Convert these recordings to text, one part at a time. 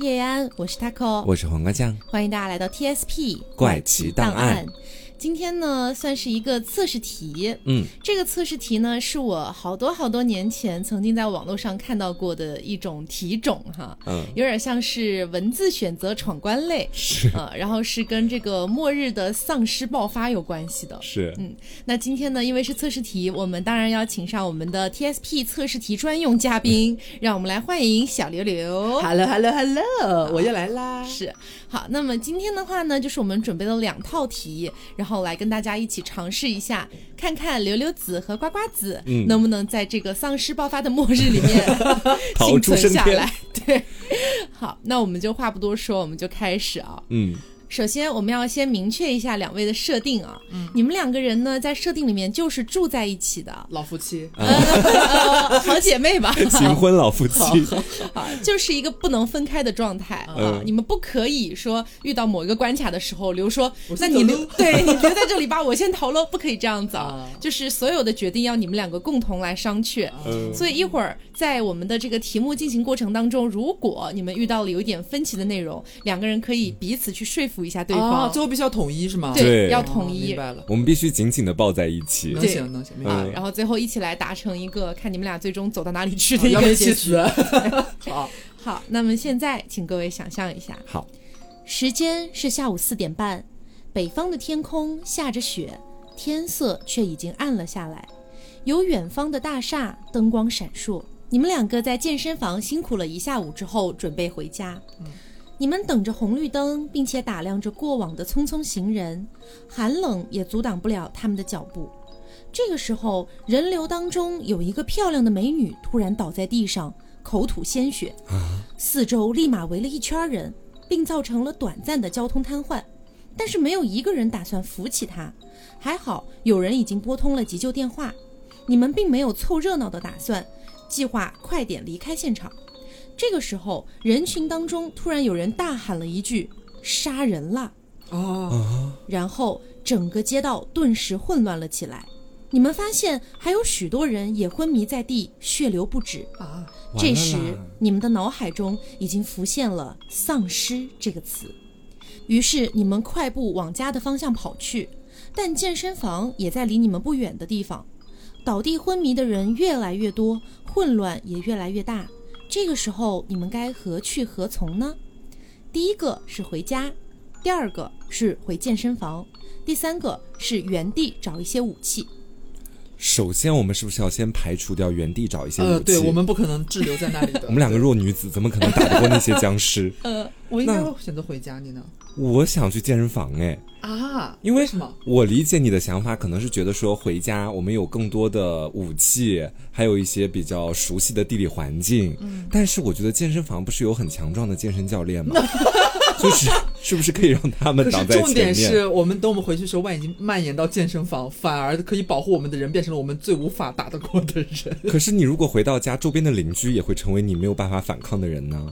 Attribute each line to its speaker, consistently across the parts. Speaker 1: 叶安，我是 Taco，
Speaker 2: 我是黄瓜酱，
Speaker 1: 欢迎大家来到 TSP
Speaker 2: 怪奇档案。
Speaker 1: 今天呢，算是一个测试题。
Speaker 2: 嗯，
Speaker 1: 这个测试题呢，是我好多好多年前曾经在网络上看到过的一种题种哈，
Speaker 2: 嗯，
Speaker 1: 有点像是文字选择闯关类，
Speaker 2: 是
Speaker 1: 呃，然后是跟这个末日的丧尸爆发有关系的。
Speaker 2: 是，
Speaker 1: 嗯，那今天呢，因为是测试题，我们当然要请上我们的 TSP 测试题专用嘉 宾，让我们来欢迎小刘刘。
Speaker 3: Hello Hello
Speaker 1: 啊
Speaker 3: Hello，我又来啦！
Speaker 1: 是好，那么今天的话呢，就是我们准备了两套题，然后来跟大家一起尝试一下，看看刘刘子和呱呱子、
Speaker 2: 嗯
Speaker 1: 能不能在这个丧尸爆发的末日里 面
Speaker 2: 逃
Speaker 1: 幸
Speaker 2: 出
Speaker 1: 存
Speaker 2: 生
Speaker 1: 下
Speaker 2: 天
Speaker 1: 来。对，好，那我们就话不多说，我们就开始啊。
Speaker 2: 嗯，
Speaker 1: 首先，我们要先明确一下两位的设定啊。你们两个人呢，在设定里面就是住在一起的，
Speaker 3: 老夫妻，
Speaker 1: 啊
Speaker 2: 嗯
Speaker 1: 呃，好姐妹 吧，
Speaker 2: 新婚老夫妻，
Speaker 1: 啊，就是一个不能分开的状态、啊
Speaker 2: 嗯。
Speaker 1: 你们不可以说遇到某一个关卡的时候，刘说
Speaker 3: 我：“
Speaker 1: 那
Speaker 3: 先
Speaker 1: 你
Speaker 3: 走
Speaker 1: 留
Speaker 3: 喽，
Speaker 1: 对你留在这里吧，我先逃喽。”不可以这样子啊
Speaker 3: 啊，
Speaker 1: 就是所有的决定要你们两个共同来商榷。
Speaker 2: 嗯
Speaker 1: 所以一会儿在我们的这个题目进行过程当中，如果你们遇到了有一点分歧的内容，两个人可以彼此去说服一下对
Speaker 3: 啊，
Speaker 1: 方，
Speaker 3: 最后必须要统一是吗？
Speaker 1: 对
Speaker 2: 对
Speaker 1: 要
Speaker 3: 哦
Speaker 1: 统一
Speaker 3: 明。白了，
Speaker 2: 我们必须紧紧的抱在一起
Speaker 3: 能。
Speaker 1: 对
Speaker 3: 行能行，明白
Speaker 1: 啊
Speaker 3: 了。，
Speaker 1: 然后最后一起来达成一个，看你们俩最终走到哪里去的
Speaker 3: 好
Speaker 1: 一
Speaker 3: 啊要
Speaker 1: 个
Speaker 3: 被
Speaker 1: 结
Speaker 3: 气
Speaker 1: 局。
Speaker 3: 死！ 好，
Speaker 1: 好，那么现在请各位想象一下，
Speaker 2: 好，
Speaker 1: 时间是下午四点半，北方的天空下着雪，天色却已经暗了下来。有远方的大厦灯光闪烁。你们两个在健身房辛苦了一下午之后，准备回家。你们等着红绿灯，并且打量着过往的匆匆行人，寒冷也阻挡不了他们的脚步。这个时候，人流当中有一个漂亮的美女突然倒在地上，口吐鲜血，四周立马围了一圈人，并造成了短暂的交通瘫痪。但是没有一个人打算扶起她，还好有人已经拨通了急救电话。你们并没有凑热闹的打算，计划快点离开现场。这个时候，人群当中突然有人大喊了一句：“杀人了！”
Speaker 3: 哦，
Speaker 1: 然后整个街道顿时混乱了起来。你们发现还有许多人也昏迷在地，血流不止。
Speaker 3: 啊，
Speaker 2: 完了
Speaker 1: 这
Speaker 2: 啦
Speaker 1: 时，你们的脑海中已经浮现了“丧尸”这个词，于是你们快步往家的方向跑去。但健身房也在离你们不远的地方，倒地昏迷的人越来越多，混乱也越来越大。这个时候，你们该何去何从呢？第一个是回家，第二个是回健身房，第三个是原地找一些武器。
Speaker 2: 首先我们是不是要先排除掉原地找一些武器？
Speaker 3: 呃，对我们不可能滞留在那里的。
Speaker 2: 我们两个弱女子怎么可能打得过那些僵尸？
Speaker 1: 呃，
Speaker 3: 我应该
Speaker 2: 那
Speaker 3: 会选择回家，你呢？
Speaker 2: 我想去健身房哎，
Speaker 3: 啊，
Speaker 2: 因为
Speaker 3: 什么？
Speaker 2: 我理解你的想法，可能是觉得说回家我们有更多的武器，还有一些比较熟悉的地理环境。嗯，但是我觉得健身房不是有很强壮的健身教 练吗？就是是不是可以让他们
Speaker 3: 可
Speaker 2: 挡
Speaker 3: 是
Speaker 2: 在前面？
Speaker 3: 重点是我们等我们回去的时候，万一已经蔓延到健身房，反而可以保护我们的人变成了我们最无法打得过的人。
Speaker 2: 可是你如果回到家，周边的邻居也会成为你没有办法反抗的人呢。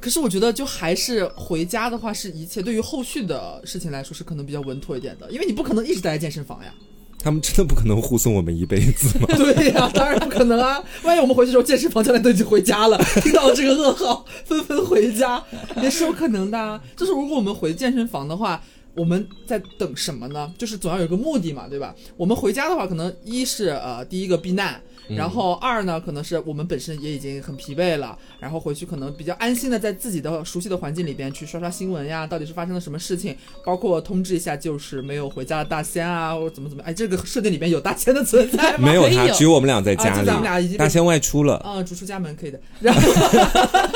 Speaker 3: 可是我觉得，就还是回家的话，是一切对于后续的事情来说是可能比较稳妥一点的，因为你不可能一直待在健身房呀。？
Speaker 2: 他们真的不可能护送我们一辈子吗
Speaker 3: 对呀、当然不可能啊！万一我们回去之后，健身房教练都已经回家了，听到了这个噩耗，纷纷回家，也是有可能的、啊。就是如果我们回健身房的话，我们在等什么呢？就是总要有一个目的嘛，对吧？我们回家的话，可能一是呃第一个避难，然后二呢，可能是我们本身也已经很疲惫了，然后回去可能比较安心的在自己的熟悉的环境里边去刷刷新闻呀，到底是发生了什么事情，包括通知一下就是没有回家的大仙啊，或者怎么怎么，哎，这个设定里边有大仙的存在吗？
Speaker 2: 没有
Speaker 1: 可以
Speaker 2: 他，
Speaker 1: 有
Speaker 2: 只有我们俩在家
Speaker 3: 啊就
Speaker 2: 里。
Speaker 3: 咱们俩已经被
Speaker 2: 大仙外出了，
Speaker 3: 啊，逐出家门可以的。然后，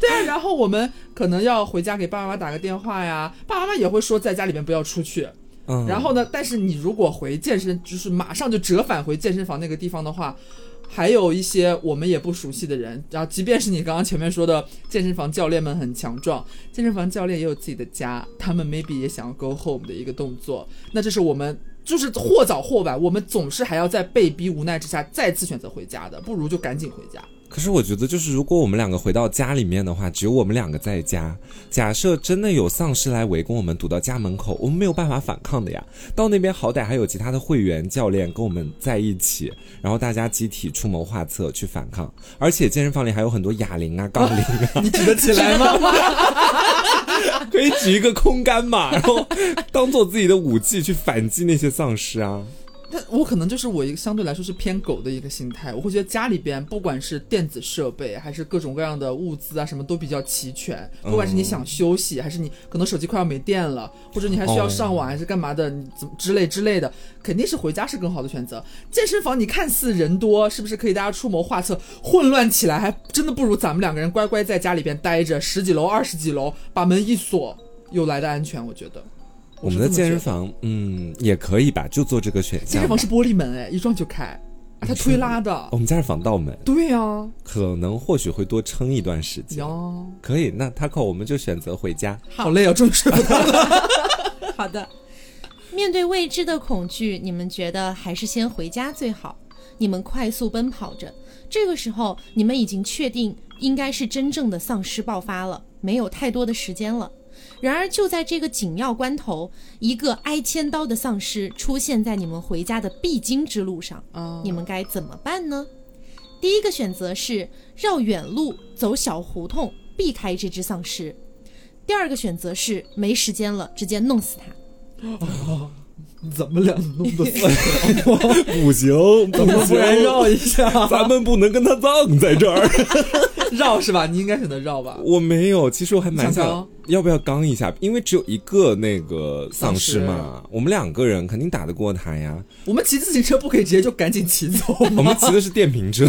Speaker 3: 对啊，然后我们可能要回家给爸爸妈妈打个电话呀，爸爸妈妈也会说在家里面不要出去。
Speaker 2: 嗯，
Speaker 3: 然后呢，但是你如果回健身，就是马上就折返回健身房那个地方的话。还有一些我们也不熟悉的人，然后即便是你刚刚前面说的健身房教练们很强壮，健身房教练也有自己的家，他们 maybe 也想要 go home 的一个动作，那这是我们就是或早或晚，我们总是还要在被逼无奈之下再次选择回家的，不如就赶紧回家。
Speaker 2: 可是我觉得，就是如果我们两个回到家里面的话，只有我们两个在家。假设真的有丧尸来围攻我们，堵到家门口，我们没有办法反抗的呀。到那边好歹还有其他的会员教练跟我们在一起，然后大家集体出谋划策去反抗。而且健身房里还有很多哑铃啊、杠铃啊，
Speaker 3: 你举得起来吗？
Speaker 2: 可以举一个空杆嘛，然后当做自己的武器去反击那些丧尸啊。
Speaker 3: 但我可能就是我一个相对来说是偏狗的一个心态，我会觉得家里边不管是电子设备还是各种各样的物资啊，什么都比较齐全。不管是你想休息，还是你可能手机快要没电了，或者你还需要上网，还是干嘛的，你怎么之类之类的，肯定是回家是更好的选择。健身房你看似人多，是不是可以大家出谋划策，混乱起来，还真的不如咱们两个人乖乖在家里边待着，十几楼、二十几楼，把门一锁，有来的安全。我觉得
Speaker 2: 我们的健身。
Speaker 3: 是这么觉得
Speaker 2: 房，嗯，也可以吧，就做这个选项。
Speaker 3: 健身房是玻璃门哎，一撞就开，啊、它推拉的。
Speaker 2: 我们家是防盗门，
Speaker 3: 对呀、啊，
Speaker 2: 可能或许会多撑一段时间。
Speaker 3: 呀，
Speaker 2: 可以，那 Taco 我们就选择回 家。
Speaker 3: 好累啊，终于睡 不着了。
Speaker 4: 好的，
Speaker 1: 面对未知的恐惧，你们觉得还是先回家最好。你们快速奔跑着，这个时候你们已经确定应该是真正的丧尸爆发了，没有太多的时间了。然而就在这个紧要关头，一个挨千刀的丧尸出现在你们回家的必经之路上，
Speaker 3: 啊
Speaker 4: 嗯
Speaker 1: 你们该怎么办呢？第一个选择是绕远路走小胡同，避开这只丧尸；第二个选择是没时间了，直接弄死它。
Speaker 3: 怎么俩弄得 死？
Speaker 2: 不行，
Speaker 3: 怎么不然绕一
Speaker 2: 咱
Speaker 3: 下？
Speaker 2: 们不能跟他葬在这 儿。
Speaker 3: 绕是吧？你应该选择绕吧。
Speaker 2: 我没有，其实我还蛮
Speaker 3: 想
Speaker 2: 想
Speaker 3: 刚，
Speaker 2: 要不要刚一下？因为只有一个那个丧尸嘛，我们两个人肯定打得过他 呀。
Speaker 3: 我们骑自行车不可以直接就赶紧骑走吗？
Speaker 2: 我们骑的是电瓶 车，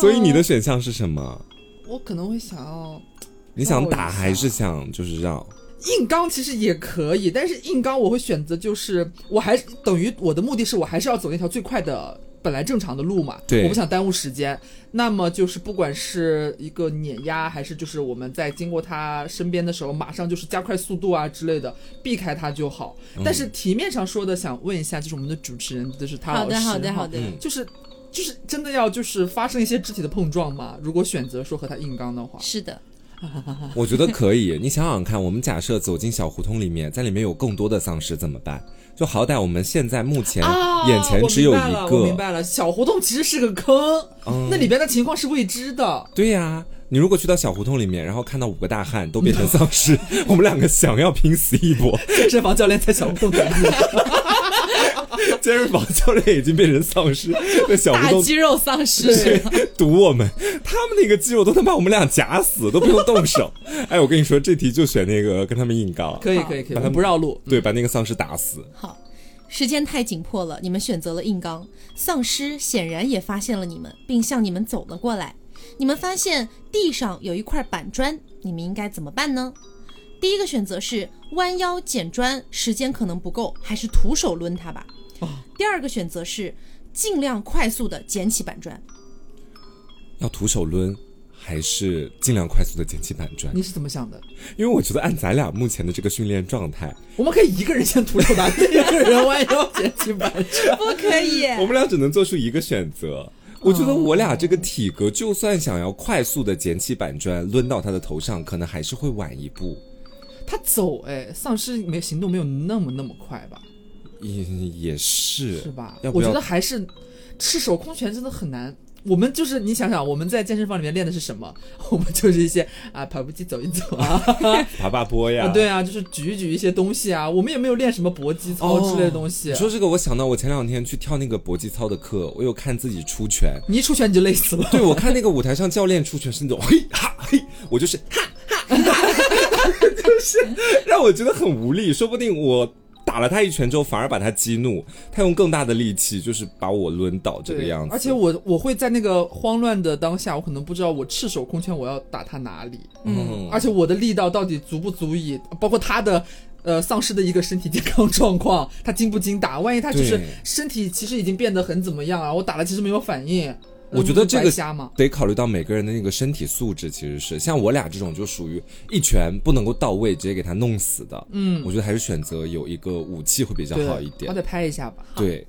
Speaker 2: 所以你的选项是什么？
Speaker 3: 我可能会想要
Speaker 2: 你想
Speaker 3: 绕
Speaker 2: 打
Speaker 3: 一下
Speaker 2: 还是想就是绕？
Speaker 3: 硬刚，其实也可以，但是硬刚我会选择就是我还等于我的目的是我还是要走那条最快的。本来正常的路嘛，
Speaker 2: 对
Speaker 3: 我不想耽误时间。那么就是不管是一个碾压，还是就是我们在经过他身边的时候，马上就是加快速度啊之类的，避开他就好。但是题面上说的，想问一下，就是我们的主持人，就是他
Speaker 4: 好
Speaker 3: 老师
Speaker 4: 的，
Speaker 3: 哈，
Speaker 4: 好的，好的。
Speaker 2: 嗯
Speaker 3: 就是就是真的要就是发生一些肢体的碰撞吗？如果选择说和他硬刚的话，
Speaker 1: 是的，
Speaker 2: 我觉得可以。你想想看，我们假设走进小胡同里面，在里面有更多的丧尸怎么办？就好歹我们现在目前
Speaker 3: 啊，
Speaker 2: 眼前只有一
Speaker 3: 我明白了，我明
Speaker 2: 个，嗯
Speaker 3: 白了，小胡同其实是个坑，那里边的情况是未知的。
Speaker 2: 对呀、你如果去到小胡同里面，然后看到五个大汉都变成丧 尸，我们两个想要拼死一搏，
Speaker 3: 健身房教练在小胡同等你，
Speaker 2: 健身房教练已经变成丧尸，在小胡
Speaker 4: 大
Speaker 2: 同
Speaker 4: 肌肉丧 尸，
Speaker 3: 啊
Speaker 2: 堵我们，他们那个肌肉都能把我们俩夹死，都不用动手。哎，我跟你说，这题就选那个跟他们硬刚，
Speaker 3: 可以可以可以，
Speaker 2: 把
Speaker 3: 我
Speaker 2: 他
Speaker 3: 们不绕路。
Speaker 2: 对，把那个丧尸打死。
Speaker 1: 好，时间太紧迫了，你们选择了硬刚。丧尸显然也发现了你们，并向你们走了过来。你们发现地上有一块板砖，你们应该怎么办呢？第一个选择是弯腰捡砖，时间可能不够，还是徒手抡它吧。第二个选择是尽量快速的捡起板砖。
Speaker 2: 要徒手抡，还是尽量快速的捡起板砖？
Speaker 3: 你是怎么想的？
Speaker 2: 因为我觉得按咱俩目前的这个训练状态，
Speaker 3: 我们可以一个人先徒手拿，另 一个人弯腰捡起板砖。
Speaker 4: 不可以。
Speaker 2: 我们俩只能做出一个选择。我觉得我俩这个体格，就算想要快速的捡起板砖抡到他的头上，可能还是会晚一步。
Speaker 3: 他走，哎，丧尸没行动没有那么那么快吧？
Speaker 2: 也也是，
Speaker 3: 是吧？
Speaker 2: 要不
Speaker 3: 我
Speaker 2: 要
Speaker 3: 觉得还是赤手空拳真的很难。我们就是你想想，我们在健身房里面练的是什么？ 我们就是一些啊跑步机走一走啊，
Speaker 2: 爬爬坡呀？
Speaker 3: 啊，对啊，就是举一举一些东西啊，我们也没有练什么搏击操哦之类的东西。
Speaker 2: 哦你说这个，我想到我前两天去跳那个搏击操的课，我有看自己出拳。
Speaker 3: 你一出拳你就累死了，
Speaker 2: 对，我看那个舞台上教练出拳是那种 嘿哈嘿，我就是哈哈， 就是让我觉得很无力。说不定我打了他一拳之后，反而把他激怒，他用更大的力气就是把我抡倒这个样子。
Speaker 3: 而且我我会在那个慌乱的当下，我可能不知道我赤手空拳我要打他哪里，
Speaker 2: 嗯，
Speaker 3: 而且我的力道到底足不足以，包括他的。呃，丧尸的一个身体健康状况，他经不经打？万一他就是
Speaker 2: 对
Speaker 3: 身体其实已经变得很怎么样啊？我打了其实没有反应，
Speaker 2: 我觉得这
Speaker 3: 那
Speaker 2: 个
Speaker 3: 不白瞎吗？
Speaker 2: 得考虑到每个人的那个身体素质，其实是像我俩这种就属于一拳不能够到位，直接给他弄死的。嗯，我觉得还是选择有一个武器会比较
Speaker 3: 对
Speaker 2: 好一点
Speaker 3: 我。得拍一下吧。
Speaker 2: 对，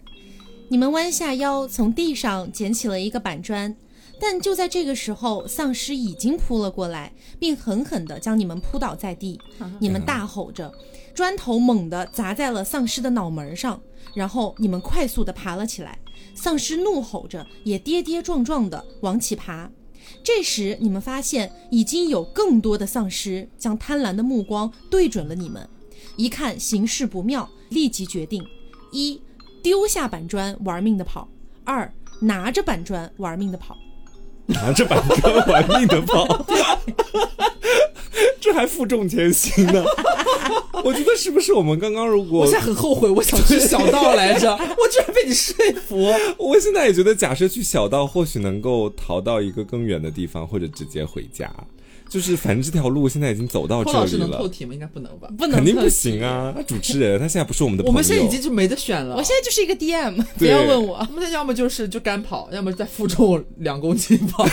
Speaker 1: 你们弯下腰从地上捡起了一个板砖，但就在这个时候，丧尸已经扑了过来，并狠狠地将你们扑倒在地。你们大吼着，砖头猛地砸在了丧尸的脑门上，然后你们快速地爬了起来。丧尸怒吼着，也跌跌撞撞地往起爬。这时，你们发现已经有更多的丧尸将贪婪的目光对准了你们。一看形势不妙，立即决定：一、丢下板砖玩命的跑；二、拿着板砖玩命的跑。
Speaker 2: 拿着啊板砖玩命的跑， 这还负重前行呢。我觉得是不是我们刚刚如
Speaker 3: 我
Speaker 2: 果
Speaker 3: 现在很后悔，我想去小道 来着，我居然被你说服。
Speaker 2: 我现在也觉得，假设去小道，或许能够逃到一个更远的地方，或者直接回家。就是反正这条路现在已经走到
Speaker 3: 寇
Speaker 2: 这
Speaker 3: 老师
Speaker 2: 里
Speaker 3: 能透
Speaker 2: 了，
Speaker 3: 题吗？应该不能吧。
Speaker 4: 不能
Speaker 2: 肯定不
Speaker 4: 特
Speaker 2: 行啊！他主持人他现在不是我们的朋
Speaker 3: 我
Speaker 2: 友，
Speaker 3: 们现在已经就没得选了。啊
Speaker 4: 我现在就是一个 DM，不
Speaker 2: 对
Speaker 4: 要问我
Speaker 3: 我。们现在要么就是就干跑，要么再负重两公斤跑，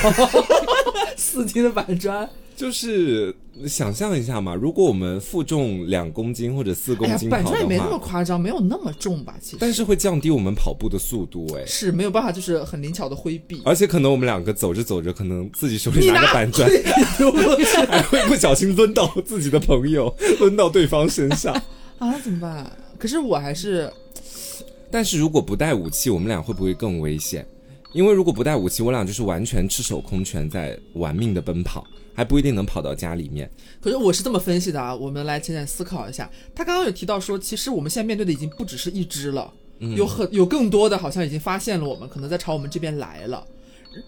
Speaker 3: 四斤的板砖。
Speaker 2: 就是想象一下嘛，如果我们负重两公斤或者四公
Speaker 3: 哎呀，
Speaker 2: 斤
Speaker 3: 板
Speaker 2: 跑
Speaker 3: 砖也没
Speaker 2: 的
Speaker 3: 那么
Speaker 2: 话，
Speaker 3: 夸张，没有那么重吧？其实，
Speaker 2: 但是会降低我们跑步的速度哎。
Speaker 3: 是没有办法，就是很灵巧的挥臂。
Speaker 2: 而且可能我们两个走着走着，可能自己手里拿个板砖，还会不小心抡到自己的朋友，抡到对方身上。
Speaker 3: 啊，怎么办？可是我还是
Speaker 2: 但是如果不带武器，我们俩会不会更危险？因为如果不带武器，我俩就是完全赤手空拳在玩命的奔跑，还不一定能跑到家里面。
Speaker 3: 可是我是这么分析的啊，我们来浅浅思考一下。他刚刚有提到说，其实我们现在面对的已经不只是一只了，有很有更多的好像已经发现了我们，可能在朝我们这边来了。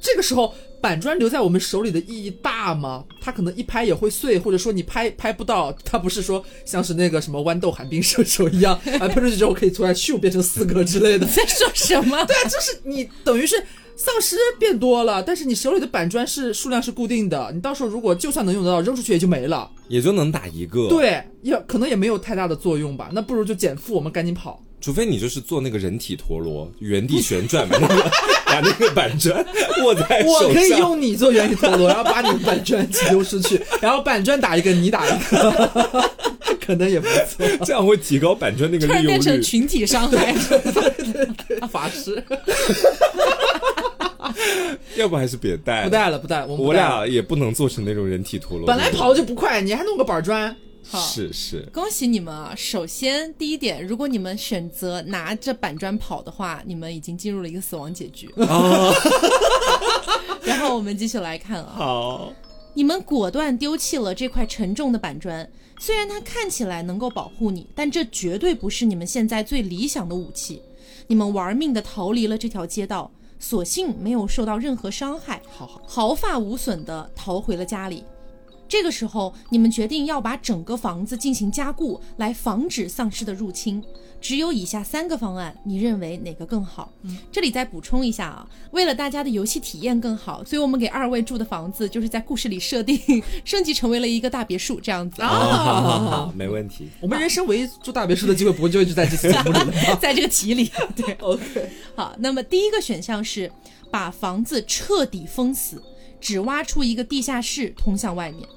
Speaker 3: 这个时候，板砖留在我们手里的意义大吗？它可能一拍也会碎，或者说你拍拍不到，它不是说像是那个什么豌豆寒冰射手一样， 啊，喷出去之后可以突然咻变成四个之类的。
Speaker 4: 在说什么？
Speaker 3: 对，就是你等于是丧尸变多了，但是你手里的板砖是数量是固定的，你到时候如果就算能用得到，扔出去也就没了。
Speaker 2: 也就能打一个，，
Speaker 3: 对，也可能也没有太大的作用吧。那不如就减负，我们赶 紧跑。
Speaker 2: 除非你就是做那个人体陀螺， 原地旋转把那个把那个板砖握在手
Speaker 3: 我
Speaker 2: 上，
Speaker 3: 可以用你做原理陀螺，然后把你的板砖丢出去，然后板砖打一个，你打一个， 可能也不错。
Speaker 2: 这样会提高板砖那个
Speaker 4: 突然
Speaker 2: 利用
Speaker 4: 变成
Speaker 2: 率。
Speaker 4: 群体伤害，
Speaker 3: 法师
Speaker 2: 要不还是别带，
Speaker 3: 不。带了，不带了，我们
Speaker 2: 我
Speaker 3: 不带了
Speaker 2: 俩也不能做成那种人体陀螺。
Speaker 3: 本来跑就不快，你还弄个板砖，
Speaker 4: 好
Speaker 2: 是 是，
Speaker 4: 恭喜你们啊！首先，第一点，如果你们选择拿着板砖跑的话，你们已经进入了一个死亡结 局。
Speaker 2: 哦
Speaker 4: 然后我们继续来看啊，
Speaker 2: 好，
Speaker 1: 你们果断丢弃了这块沉重的板砖，虽然它看起来能够保护你，但这绝对不是你们现在最理想的武器。你们玩命地逃离了这条街道，所幸没有受到任何伤害，
Speaker 3: 好好
Speaker 1: 毫发无损地逃回了家里。这个时候，你们决定要把整个房子进行加固，来防止丧尸的入侵。只有以下三个方案，你认为哪个更好？这里再补充一下啊，为了大家的游戏体验更好，所以我们给二位住的房子就是在故事里设定 升级成为了一个大别墅这样子。
Speaker 2: 好好好
Speaker 3: 啊！
Speaker 2: 好，没问题。
Speaker 3: 我们人生唯一住大别墅的机会，不会就一直在这期节目里了吧
Speaker 1: 在这个题里，对，
Speaker 3: ？OK，
Speaker 1: 好，那么第一个选项是把房子彻底封死，只挖出一个地下室通向外面。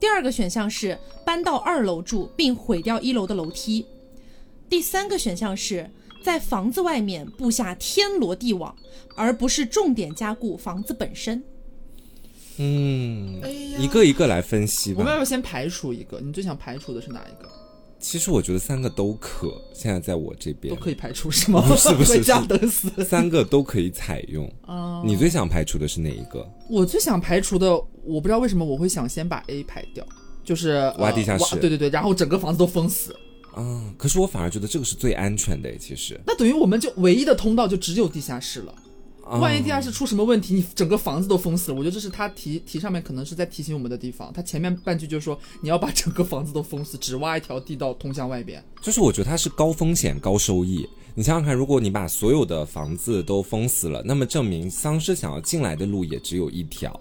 Speaker 1: 第二个选项是搬到二楼住，并毁掉一楼的楼梯。第三个选项是在房子外面布下天罗地网，而不是重点加固房子本身。
Speaker 2: 嗯，
Speaker 3: 哎呀
Speaker 2: 一个一个来分析
Speaker 3: 我们要
Speaker 2: 吧。
Speaker 3: 不要先排除一个？你最想排除的是哪一个？
Speaker 2: 其实我觉得三个都可，现在在我这边
Speaker 3: 都可以排除是吗？
Speaker 2: 不是不 是
Speaker 3: 回家
Speaker 2: 是
Speaker 3: 等死
Speaker 2: 三个都可以采用。
Speaker 3: 啊！
Speaker 2: 你最想排除的是哪一个？
Speaker 3: 我最想排除的，我不知道为什么我会想先把 A 排掉，就是
Speaker 2: 挖
Speaker 3: 呃
Speaker 2: 地下室
Speaker 3: 对对对，然后整个房子都封死，
Speaker 2: 啊，可是我反而觉得这个是最安全的诶，其实。
Speaker 3: 那等于我们就唯一的通道就只有地下室了。
Speaker 2: 啊
Speaker 3: 万一地下室出什么问题，你整个房子都封死了。我觉得这是他题题上面可能是在提醒我们的地方。他前面半句就是说你要把整个房子都封死，只挖一条地道通向外边。
Speaker 2: 就是我觉得它是高风险高收益。你想想看，如果你把所有的房子都封死了，那么证明丧尸想要进来的路也只有一条。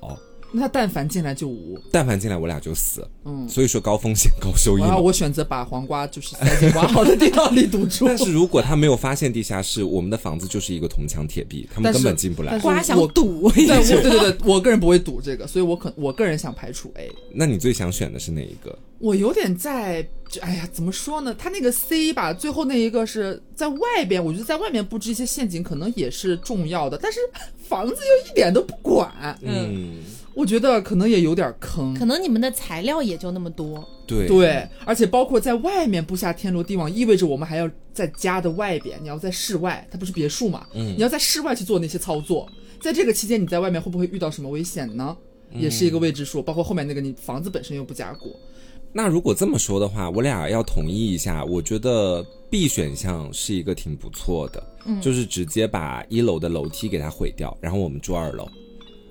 Speaker 3: 那他但凡进来就无。
Speaker 2: 但凡进来我俩就死。
Speaker 3: 嗯，
Speaker 2: 所以说高风险高收益
Speaker 3: 然
Speaker 2: 嘛
Speaker 3: 后。我选择把黄瓜就是塞进挖好的地道里堵 住。
Speaker 2: 但是如果他没有发现地下室，我们的房子就是一个铜墙铁壁，他们
Speaker 3: 但是
Speaker 2: 根本进不来
Speaker 3: 但。是
Speaker 1: 瓜想赌，我跟你
Speaker 3: 但我对
Speaker 1: 说
Speaker 3: 对对，我个人不会赌这个，所以我可我个人想排除 A。
Speaker 2: 那你最想选的是哪一个？
Speaker 3: 我有点在，就哎呀，怎么说呢？他那个 C 吧，最后那一个是在外边，我觉得在外面布置一些陷阱可能也是重要的，但是房子又一点都不管，
Speaker 2: 嗯，
Speaker 3: 我觉得可能也有点坑。
Speaker 1: 可能你们的材料也就那么多，
Speaker 2: 对
Speaker 3: 对，而且包括在外面布下天罗地网，意味着我们还要在家的外边，你要在室外，它不是别墅嘛，
Speaker 2: 嗯
Speaker 3: 你要在室外去做那些操作，在这个期间你在外面会不会遇到什么危险呢？也是一个未知数，包括后面那个你房子本身又不加固，
Speaker 2: 那如果这么说的话，我俩要统一一下，我觉得 B 选项是一个挺不错的，
Speaker 3: 嗯
Speaker 2: 就是直接把一楼的楼梯给它毁掉，然后我们住二楼。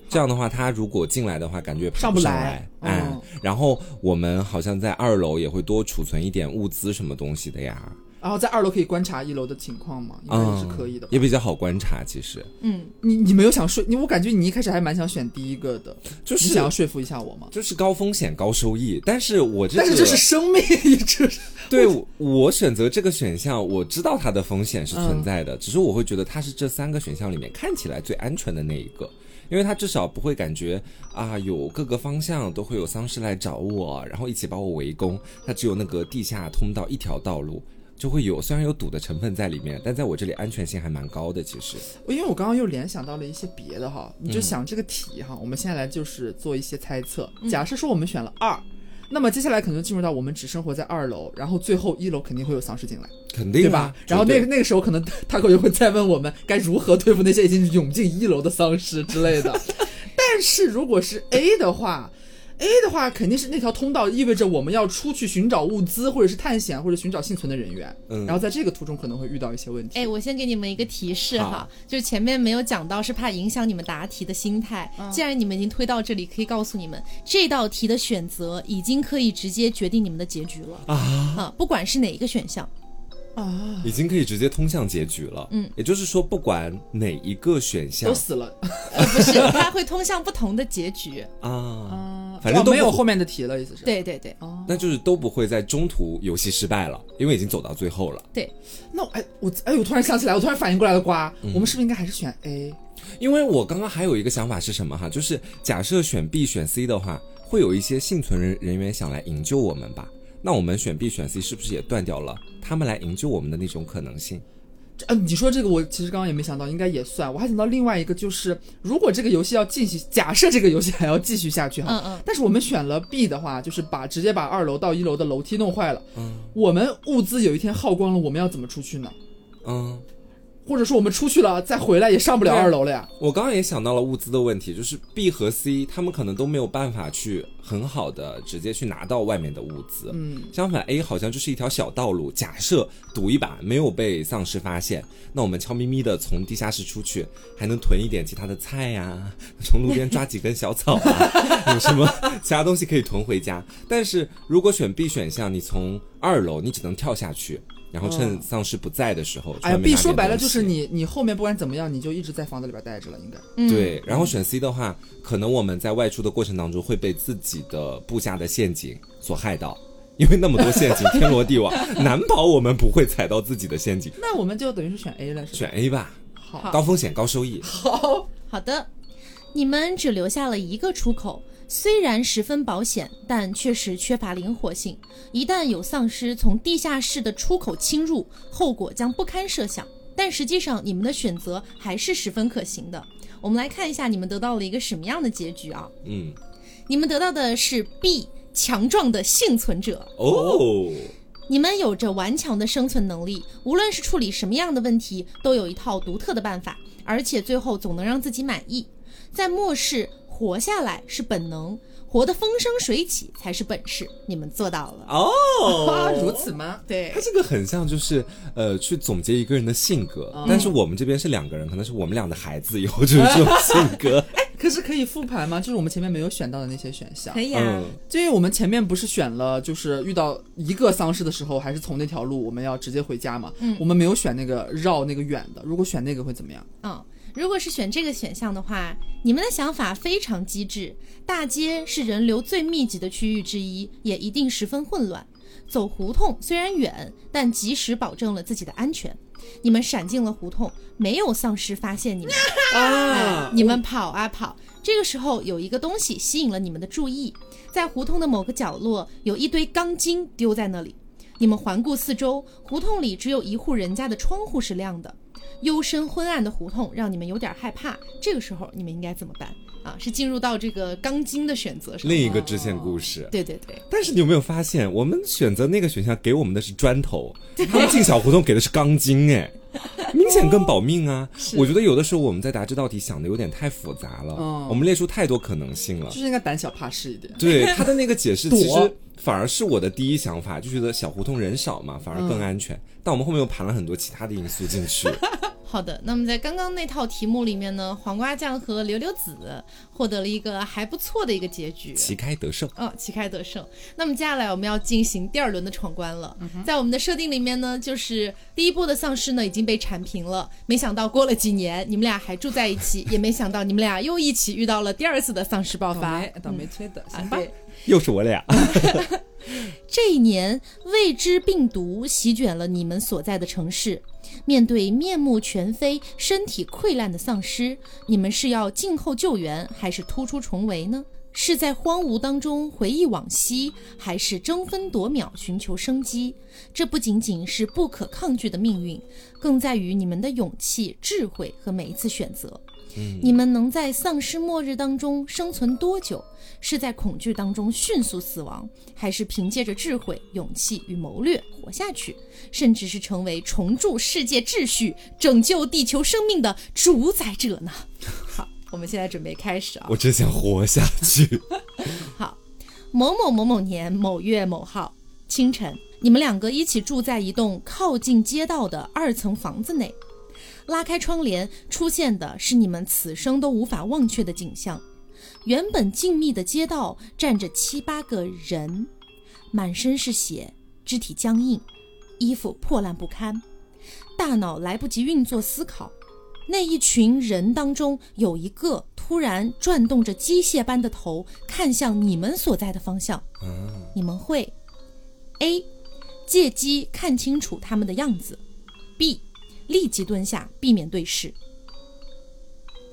Speaker 2: 这样的话，他如果进来的话，感觉也爬
Speaker 3: 上
Speaker 2: 不
Speaker 3: 不
Speaker 2: 上
Speaker 3: 来
Speaker 2: 哎、
Speaker 3: 嗯
Speaker 2: 然后我们好像在二楼也会多储存一点物资什么东西的呀，
Speaker 3: 然后在二楼可以观察一楼的情况嘛，应该也
Speaker 2: 嗯，
Speaker 3: 是可以的吧。
Speaker 2: 也比较好观察。其实
Speaker 1: 嗯，
Speaker 3: 你你没有想说你，我感觉你一开始还蛮想选第一个的，
Speaker 2: 就
Speaker 3: 你
Speaker 2: 是
Speaker 3: 想要说服一下我吗？
Speaker 2: 就是高风险高收益，但是我这个
Speaker 3: 但是这是生命，这是
Speaker 2: 对我我选择这个选项，我知道它的风险是存在
Speaker 3: 嗯
Speaker 2: 的，只是我会觉得它是这三个选项里面看起来最安全的那一个，因为它至少不会感觉啊有各个方向都会有丧尸来找我，然后一起把我围攻。它只有那个地下通道一条道路。就会有，虽然有赌的成分在里面，但在我这里安全性还蛮高的。其实，
Speaker 3: 因为我刚刚又联想到了一些别的哈，
Speaker 2: 嗯
Speaker 3: 你就想这个题哈，我们现在来就是做一些猜测。
Speaker 2: 嗯
Speaker 3: 假设说我们选了二，那么接下来可能就进入到我们只生活在二楼，然后最后一楼肯定会有丧尸进来，
Speaker 2: 肯
Speaker 3: 对
Speaker 2: 定
Speaker 3: 吧
Speaker 2: 啊？
Speaker 3: 然后
Speaker 2: 绝
Speaker 3: 那
Speaker 2: 对
Speaker 3: 个那个时候可能他可能会再问我们该如何对付那些已经涌进一楼的丧尸之类的。但是如果是 A 的话。A 的话肯定是那条通道，意味着我们要出去寻找物资，或者是探险，或者寻找幸存的人员。
Speaker 2: 嗯
Speaker 3: 然后在这个途中可能会遇到一些问题。
Speaker 1: 哎，我先给你们一个提示哈
Speaker 2: 好，
Speaker 1: 就是前面没有讲到，是怕影响你们答题的心态。既然你们已经推到这里，可以告诉你们，这道题的选择已经可以直接决定你们的结局了啊不管是哪一个选 项，
Speaker 3: 啊，
Speaker 2: 已经可以直接通向结局了。嗯，也就是说，不管哪一个选项
Speaker 3: 都死了，
Speaker 1: 呃，不是，它会通向不同的结局。
Speaker 2: 啊，
Speaker 3: 嗯，
Speaker 2: 反正都
Speaker 3: 没
Speaker 2: 不
Speaker 3: 有后面的题了，意思是？，
Speaker 1: 对对对
Speaker 3: 哦，
Speaker 2: 那就是都不会在中途游戏失败了，因为已经走到最后了。
Speaker 1: 对，
Speaker 3: 那我哎，我哎，我突然想起来，我突然反应过来了，瓜，
Speaker 2: 嗯
Speaker 3: 我们是不是应该还是选 A？
Speaker 2: 因为我刚刚还有一个想法是什么哈，就是假设选 B 选 C 的话，会有一些幸存人人员想来营救我们吧？那我们选 B 选 C 是不是也断掉了他们来营救我们的那种可能性？
Speaker 3: 这啊，你说这个我其实刚刚也没想到，应该也算。我还想到另外一个，就是如果这个游戏要继续，假设这个游戏还要继续下去哈，
Speaker 1: 嗯嗯
Speaker 3: 但是我们选了 B 的话，就是把直接把二楼到一楼的楼梯弄坏了，我们物资有一天耗光了，我们要怎么出去呢？
Speaker 2: 嗯，
Speaker 3: 或者说我们出去了再回来也上不了
Speaker 2: 对啊
Speaker 3: 二楼了呀？
Speaker 2: 我刚刚也想到了物资的问题，就是 B 和 C 他们可能都没有办法去很好的直接去拿到外面的物资。
Speaker 3: 嗯，
Speaker 2: 相反，A 好像就是一条小道路。假设赌一把没有被丧尸发现，那我们悄咪咪的从地下室出去，还能囤一点其他的菜呀、从路边抓几根小草 啊，有什么其他东西可以囤回家。 但是如果选 B 选项，你从二楼你只能跳下去，然后趁丧尸不在的时候，
Speaker 3: 哦哎呀
Speaker 2: 专门拿
Speaker 3: ，B
Speaker 2: 点
Speaker 3: 说白了
Speaker 2: 东
Speaker 3: 就
Speaker 2: 西
Speaker 3: 是你，你后面不管怎么样，你就一直在房子里边待着了，应该。
Speaker 1: 嗯
Speaker 2: 对，然后选 C 的话，可能我们在外出的过程当中会被自己的布下的陷阱所害到，因为那么多 陷阱，天罗地网，难保我们不会踩到自己的陷阱。
Speaker 3: 那我们就等于是选 A 了，是吧？
Speaker 2: 选 A 吧，
Speaker 3: 好
Speaker 2: 高风险高收益。
Speaker 3: 好，
Speaker 1: 好的，你们只留下了一个出口，虽然十分保险，但确实缺乏灵活性。一旦有丧尸从地下室的出口侵入，后果将不堪设想。但实际上，你们的选择还是十分可行的。我们来看一下你们得到了一个什么样的结局啊？
Speaker 2: 嗯，
Speaker 1: 你们得到的是 B 强壮的幸存者。
Speaker 2: 哦，
Speaker 1: 你们有着顽强的生存能力，无论是处理什么样的问题，都有一套独特的办法，而且最后总能让自己满意。在末世，活下来是本能，活得风生水起才是本事。你们做到了，
Speaker 3: 哇，啊如
Speaker 2: 哦，
Speaker 3: 此吗？
Speaker 1: 对
Speaker 2: 他这个很像就是呃，去总结一个人的性格，
Speaker 3: 哦
Speaker 2: 但是我们这边是两个人，可能是我们俩的孩子以后就是这种性 格。
Speaker 3: 可是可以复盘吗？就是我们前面没有选到的那些选项
Speaker 1: 可，以啊。
Speaker 2: 嗯，
Speaker 3: 就因为我们前面不是选了，就是遇到一个丧尸的时候，还是从那条路我们要直接回家嘛。嗯，我们没有选那个绕那个远的，如果选那个会怎么样？
Speaker 1: 嗯，如果是选这个选项的话，你们的想法非常机智。大街是人流最密集的区域之一，也一定十分混乱。走胡同虽然远，但及时保证了自己的安全。你们闪进了胡同，没有丧尸发现你们，
Speaker 3: 啊，
Speaker 1: 你们跑啊跑。这个时候，有一个东西吸引了你们的注意，在胡同的某个角落有一堆钢筋丢在那里。你们环顾四周，胡同里只有一户人家的窗户是亮的。幽深昏暗的胡同让你们有点害怕。这个时候，你们应该怎么办啊？是进入到这个钢筋的选择上
Speaker 2: 另？一个支
Speaker 3: 哦
Speaker 2: 线故事。
Speaker 1: 对对对，
Speaker 2: 但是你有没有发现，我们选择那个选项给我们的是砖头，他们进小胡同给的是钢筋， 哎，明显更保命啊！我觉得有的时候我们在答这道题想的有点太复杂了，
Speaker 3: 嗯
Speaker 2: 我们列出太多可能性了
Speaker 3: 就。是应该胆小怕事一点。
Speaker 2: 对他的那个 解释，
Speaker 3: 躲
Speaker 2: 其实反而是我的第一想法，就觉得小胡同人少嘛，反而更安全。但我们后面又盘了很多其他的因素进 去，
Speaker 1: 好的。那么在刚刚那套题目里面呢，黄瓜酱和刘刘子获得了一个还不错的一个结局。
Speaker 2: 旗开得胜。
Speaker 1: 哦，旗开得胜。那么接下来我们要进行第二轮的闯关
Speaker 3: 嗯
Speaker 1: 了。在我们的设定里面呢，就是第一波的丧尸呢已经被铲平了，没想到过了几年，你们俩还住在一起，也没想到你们俩又一起遇到了第二次的丧尸爆
Speaker 3: 倒
Speaker 1: 发
Speaker 3: 霉。倒霉催的，
Speaker 1: 哎
Speaker 3: 行吧？
Speaker 2: 又是我俩，
Speaker 1: 这一年，未知病毒席卷了你们所在的城市。面对面目全非、身体溃烂的丧尸，你们是要静候救援，还是突出重围呢？是在荒芜当中回忆往昔，还是争分夺秒寻求生机？这不仅仅是不可抗拒的命运，更在于你们的勇气、智慧和每一次选择。你们能在丧尸末日当中生存多久？是在恐惧当中迅速死亡，还是凭借着智慧、勇气与谋略活下去，甚至是成为重铸世界秩序、拯救地球生命的主宰者呢？ 好，我们现在准备开始啊。
Speaker 2: 我只想活下去。
Speaker 1: 好，某某某某年某月某号清晨，你们两个一起住在一栋靠近街道的二层房子内。拉开窗帘，出现的是你们此生都无法忘却的景象。原本静谧的街道站着七八个人，满身是血，肢体僵硬，衣服破烂不堪，大脑来不及运作思考。那一群人当中，有一个突然转动着机械般的头，看向你们所在的方向。
Speaker 2: 啊，
Speaker 1: 你们会：A. 借机看清楚他们的样子；B. 立即蹲下，避免对视。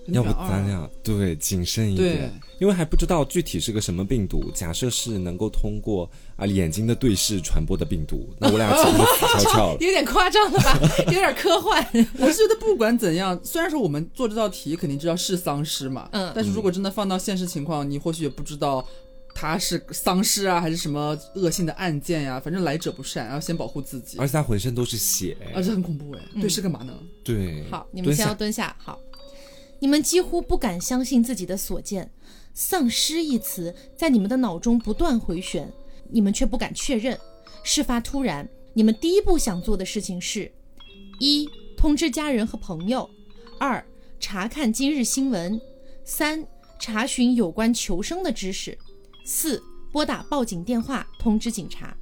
Speaker 2: 要不
Speaker 3: 零点二
Speaker 2: 咱俩对谨慎一
Speaker 3: 对
Speaker 2: 点，因为还不知道具体是个什么病毒。假设是能够通过啊眼睛的对视传播的病毒，那我俩岂不是死 翘翘了？
Speaker 1: 有点夸张了吧？有点科幻。
Speaker 3: 我是觉得不管怎样，虽然说我们做这道题肯定知道是丧尸嘛，
Speaker 1: 嗯
Speaker 3: 但是如果真的放到现实情况，你或许也不知道他是丧尸啊，还是什么恶性的案件呀、反正来者不善，要先保护自己，
Speaker 2: 而且他浑身都是血，
Speaker 3: 而且很恐怖哎、对视干嘛呢？
Speaker 2: 对。
Speaker 1: 呃好，你们
Speaker 2: 蹲
Speaker 1: 先要
Speaker 2: 下，
Speaker 1: 蹲下。好，你们几乎不敢相信自己的所见，“丧尸”一词在你们的脑中不断回旋，你们却不敢确认。事发突然，你们第一步想做的事情是：一、通知家人和朋友；二、查看今日新闻；三、查询有关求生的知识；四、拨打报警电话通知警察。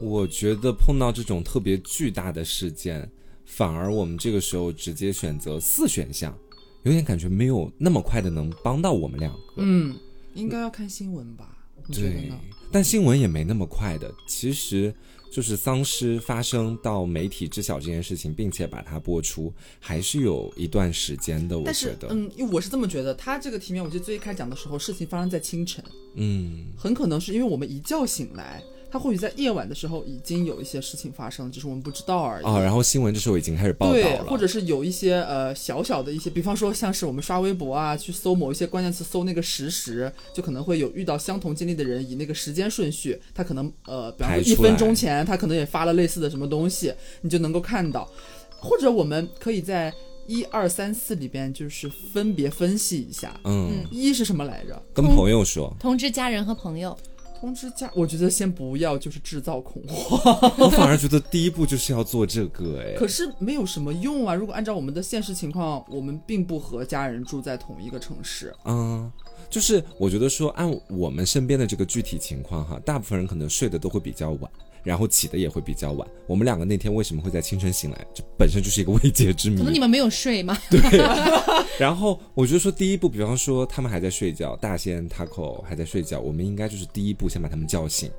Speaker 2: 我觉得碰到这种特别巨大的事件，反而我们这个时候直接选择四选项，有点感觉没有那么快的能帮到我们两个。
Speaker 3: 嗯，应该要看新闻吧？你觉得
Speaker 2: 对
Speaker 3: 呢？，
Speaker 2: 但新闻也没那么快的。其实就是丧尸发生到媒体知晓这件事情，并且把它播出，还是有一段时间的。我
Speaker 3: 但
Speaker 2: 觉
Speaker 3: 是，
Speaker 2: 得，
Speaker 3: 嗯，因为我是这么觉得，他这个题面，我记得最开始讲的时候，事情发生在清晨，
Speaker 2: 嗯
Speaker 3: 很可能是因为我们一觉醒来，他或许在夜晚的时候已经有一些事情发生了，只是我们不知道而已。
Speaker 2: 啊、然后新闻这时候已经开始报道
Speaker 3: 对，
Speaker 2: 了，嗯
Speaker 3: 或者是有一些呃小小的一些，比方说像是我们刷微博啊，去搜某一些关键词，搜那个实时，就可能会有遇到相同经历的人，以那个时间顺序，他可能呃，比方
Speaker 2: 排
Speaker 3: 说一
Speaker 2: 出来
Speaker 3: 分钟前，他可能也发了类似的什么东西，你就能够看到。或者我们可以在一二三四里边，就是分别分析一下，
Speaker 2: 嗯，
Speaker 3: 一是什么来着？
Speaker 2: 跟朋友 说，
Speaker 1: 通知家人和朋友。
Speaker 2: 嗯
Speaker 3: 通知家，我觉得先不要，就是制造恐慌。
Speaker 2: 我反而觉得第一步就是要做这个，哎，
Speaker 3: 可是没有什么用啊！如果按照我们的现实情况，我们并不和家人住在同一个城市。
Speaker 2: 嗯，就是我觉得说，按我们身边的这个具体情况哈，大部分人可能睡得都会比较晚，然后起的也会比较晚。我们两个那天为什么会在清晨醒来，这本身就是一个未解之谜。
Speaker 1: 可能你们没有睡吗？
Speaker 2: 然后我就说，第一步，比方说他们还在睡觉，大仙、Taco 还在睡觉，我们应该就是第一步先把他们叫醒，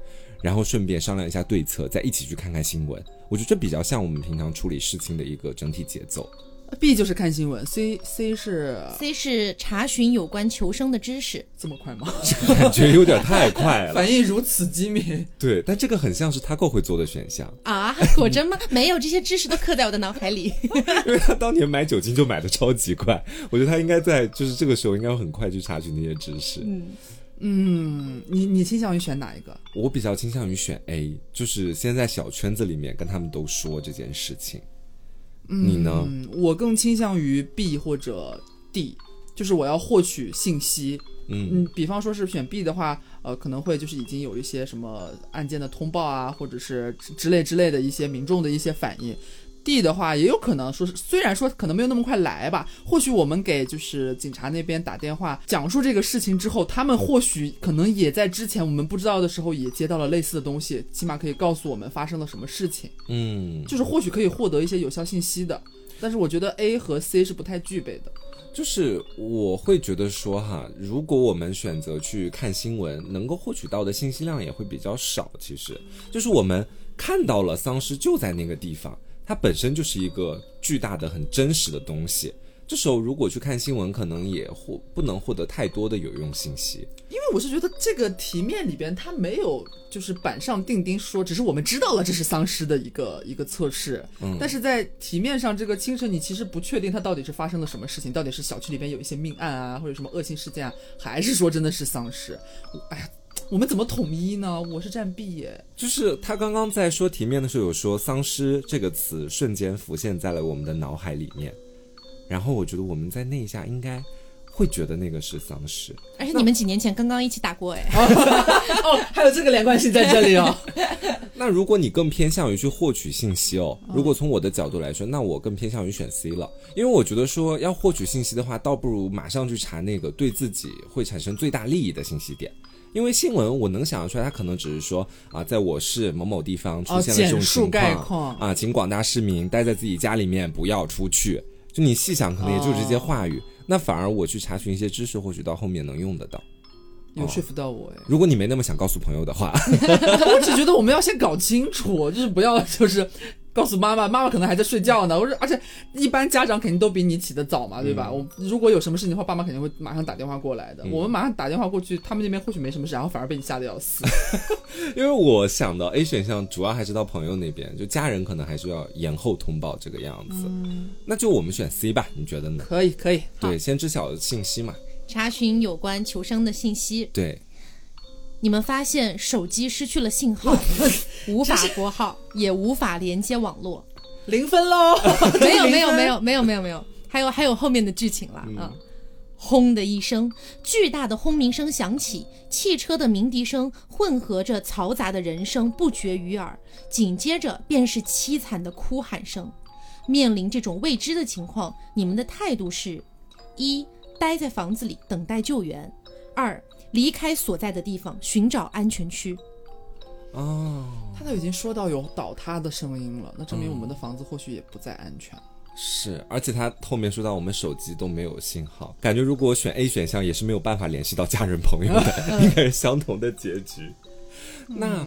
Speaker 2: 然后顺便商量一下对策，再一起去看看新闻。我觉得这比较像我们平常处理事情的一个整体节奏。
Speaker 3: B 就是看新闻，C C 是
Speaker 1: C 是查询有关求生的知识，
Speaker 3: 这么快吗？
Speaker 2: 感觉有点太快了。
Speaker 3: 反应如此机敏，
Speaker 2: 对，但这个很像是 Taco 会做的选项，
Speaker 1: 啊，果真吗？没有，这些知识都刻在我的脑海里。
Speaker 2: 因为他当年买酒精就买的超级快，我觉得他应该在就是这个时候应该会很快去查询那些知识。
Speaker 3: 嗯，你你倾向于选哪一个？
Speaker 2: 我比较倾向于选 A，就是先在小圈子里面跟他们都说这件事情。你呢？
Speaker 3: 嗯，我更倾向于 B 或者 D，就是我要获取信息。
Speaker 2: 嗯，
Speaker 3: 嗯，比方说是选 B 的话，呃，可能会就是已经有一些什么案件的通报啊，或者是之之类之类的一些民众的一些反应。D 的话也有可能说是，虽然说可能没有那么快来吧，或许我们给就是警察那边打电话讲述这个事情之后，他们或许可能也在之前我们不知道的时候也接到了类似的东西，起码可以告诉我们发生了什么事情，
Speaker 2: 嗯，
Speaker 3: 就是或许可以获得一些有效信息的。但是我觉得 A 和 C 是不太具备的。
Speaker 2: 就是我会觉得说哈，如果我们选择去看新闻，能够获取到的信息量也会比较少。其实，就是我们看到了丧尸就在那个地方，它本身就是一个巨大的、很真实的东西。这时候如果去看新闻，可能也获不能获得太多的有用信息。
Speaker 3: 因为我是觉得这个题面里边它没有就是板上钉钉说，只是我们知道了这是丧尸的一个一个测试，
Speaker 2: 嗯
Speaker 3: 但是在题面上这个清晨你其实不确定它到底是发生了什么事情，到底是小区里边有一些命案啊，或者什么恶性事件啊，还是说真的是丧尸？我哎呀，我们怎么统一呢？我是占 B 耶，
Speaker 2: 就是他刚刚在说题面的时候有说“丧尸”这个词瞬间浮现在了我们的脑海里面，然后我觉得我们在那一下应该会觉得那个是丧尸。
Speaker 1: 而且你们几年前刚刚一起打过哎，
Speaker 3: 哦，还有这个连贯性在这里哦。
Speaker 2: 那如果你更偏向于去获取信息哦，
Speaker 3: 嗯
Speaker 2: 如果从我的角度来说，那我更偏向于选 C 了，因为我觉得说要获取信息的话，倒不如马上去查那个对自己会产生最大利益的信息点。因为新闻我能想象出来，它可能只是说啊，在我市某某地方出
Speaker 3: 哦
Speaker 2: 现了这种
Speaker 3: 简述
Speaker 2: 情
Speaker 3: 概
Speaker 2: 况
Speaker 3: 况
Speaker 2: 啊，请广大市民待在自己家里面，不要出去。就你细想，可能也就是这些话语。那反而我去查询一些知识，或许到后面能用得到。
Speaker 3: 有说服到我哎，
Speaker 2: 如果你没那么想告诉朋友的话，
Speaker 3: 我只觉得我们要先搞清楚，就是不要就是告诉妈妈，妈妈可能还在睡觉呢。我说，而且一般家长肯定都比你起得早嘛，对吧？
Speaker 2: 嗯
Speaker 3: 我如果有什么事情的话，爸妈肯定会马上打电话过来的。我们马上打电话过去，他们那边或许没什么事，然后反而被你吓得要死。
Speaker 2: 因为我想到 A 选项主要还是到朋友那边，就家人可能还是要延后通报这个样子。
Speaker 3: 嗯
Speaker 2: 那就我们选 C 吧，你觉得呢？
Speaker 3: 可以，可以，
Speaker 2: 对，先知晓信息嘛。
Speaker 1: 查询有关求生的信息。
Speaker 2: 对，
Speaker 1: 你们发现手机失去了信号，无法拨号，也无法连接网络。
Speaker 3: 零分喽。
Speaker 1: 没有没有没有没有没有没有，还有还有后面的剧情了啊！轰的一声，巨大的轰鸣声响起，汽车的鸣笛声混合着嘈杂的人声不绝于耳，紧接着便是凄惨的哭喊声。面临这种未知的情况，你们的态度是：一、待在房子里等待救援；二、离开所在的地方寻找安全区。
Speaker 2: 哦，
Speaker 3: 他都已经说到有倒塌的声音了，那证明我们的房子或许也不再安全。
Speaker 2: 是，而且他后面说到我们手机都没有信号，感觉如果我选 A 选项也是没有办法联系到家人朋友 的，应该是相同的结局。
Speaker 3: 嗯
Speaker 2: 那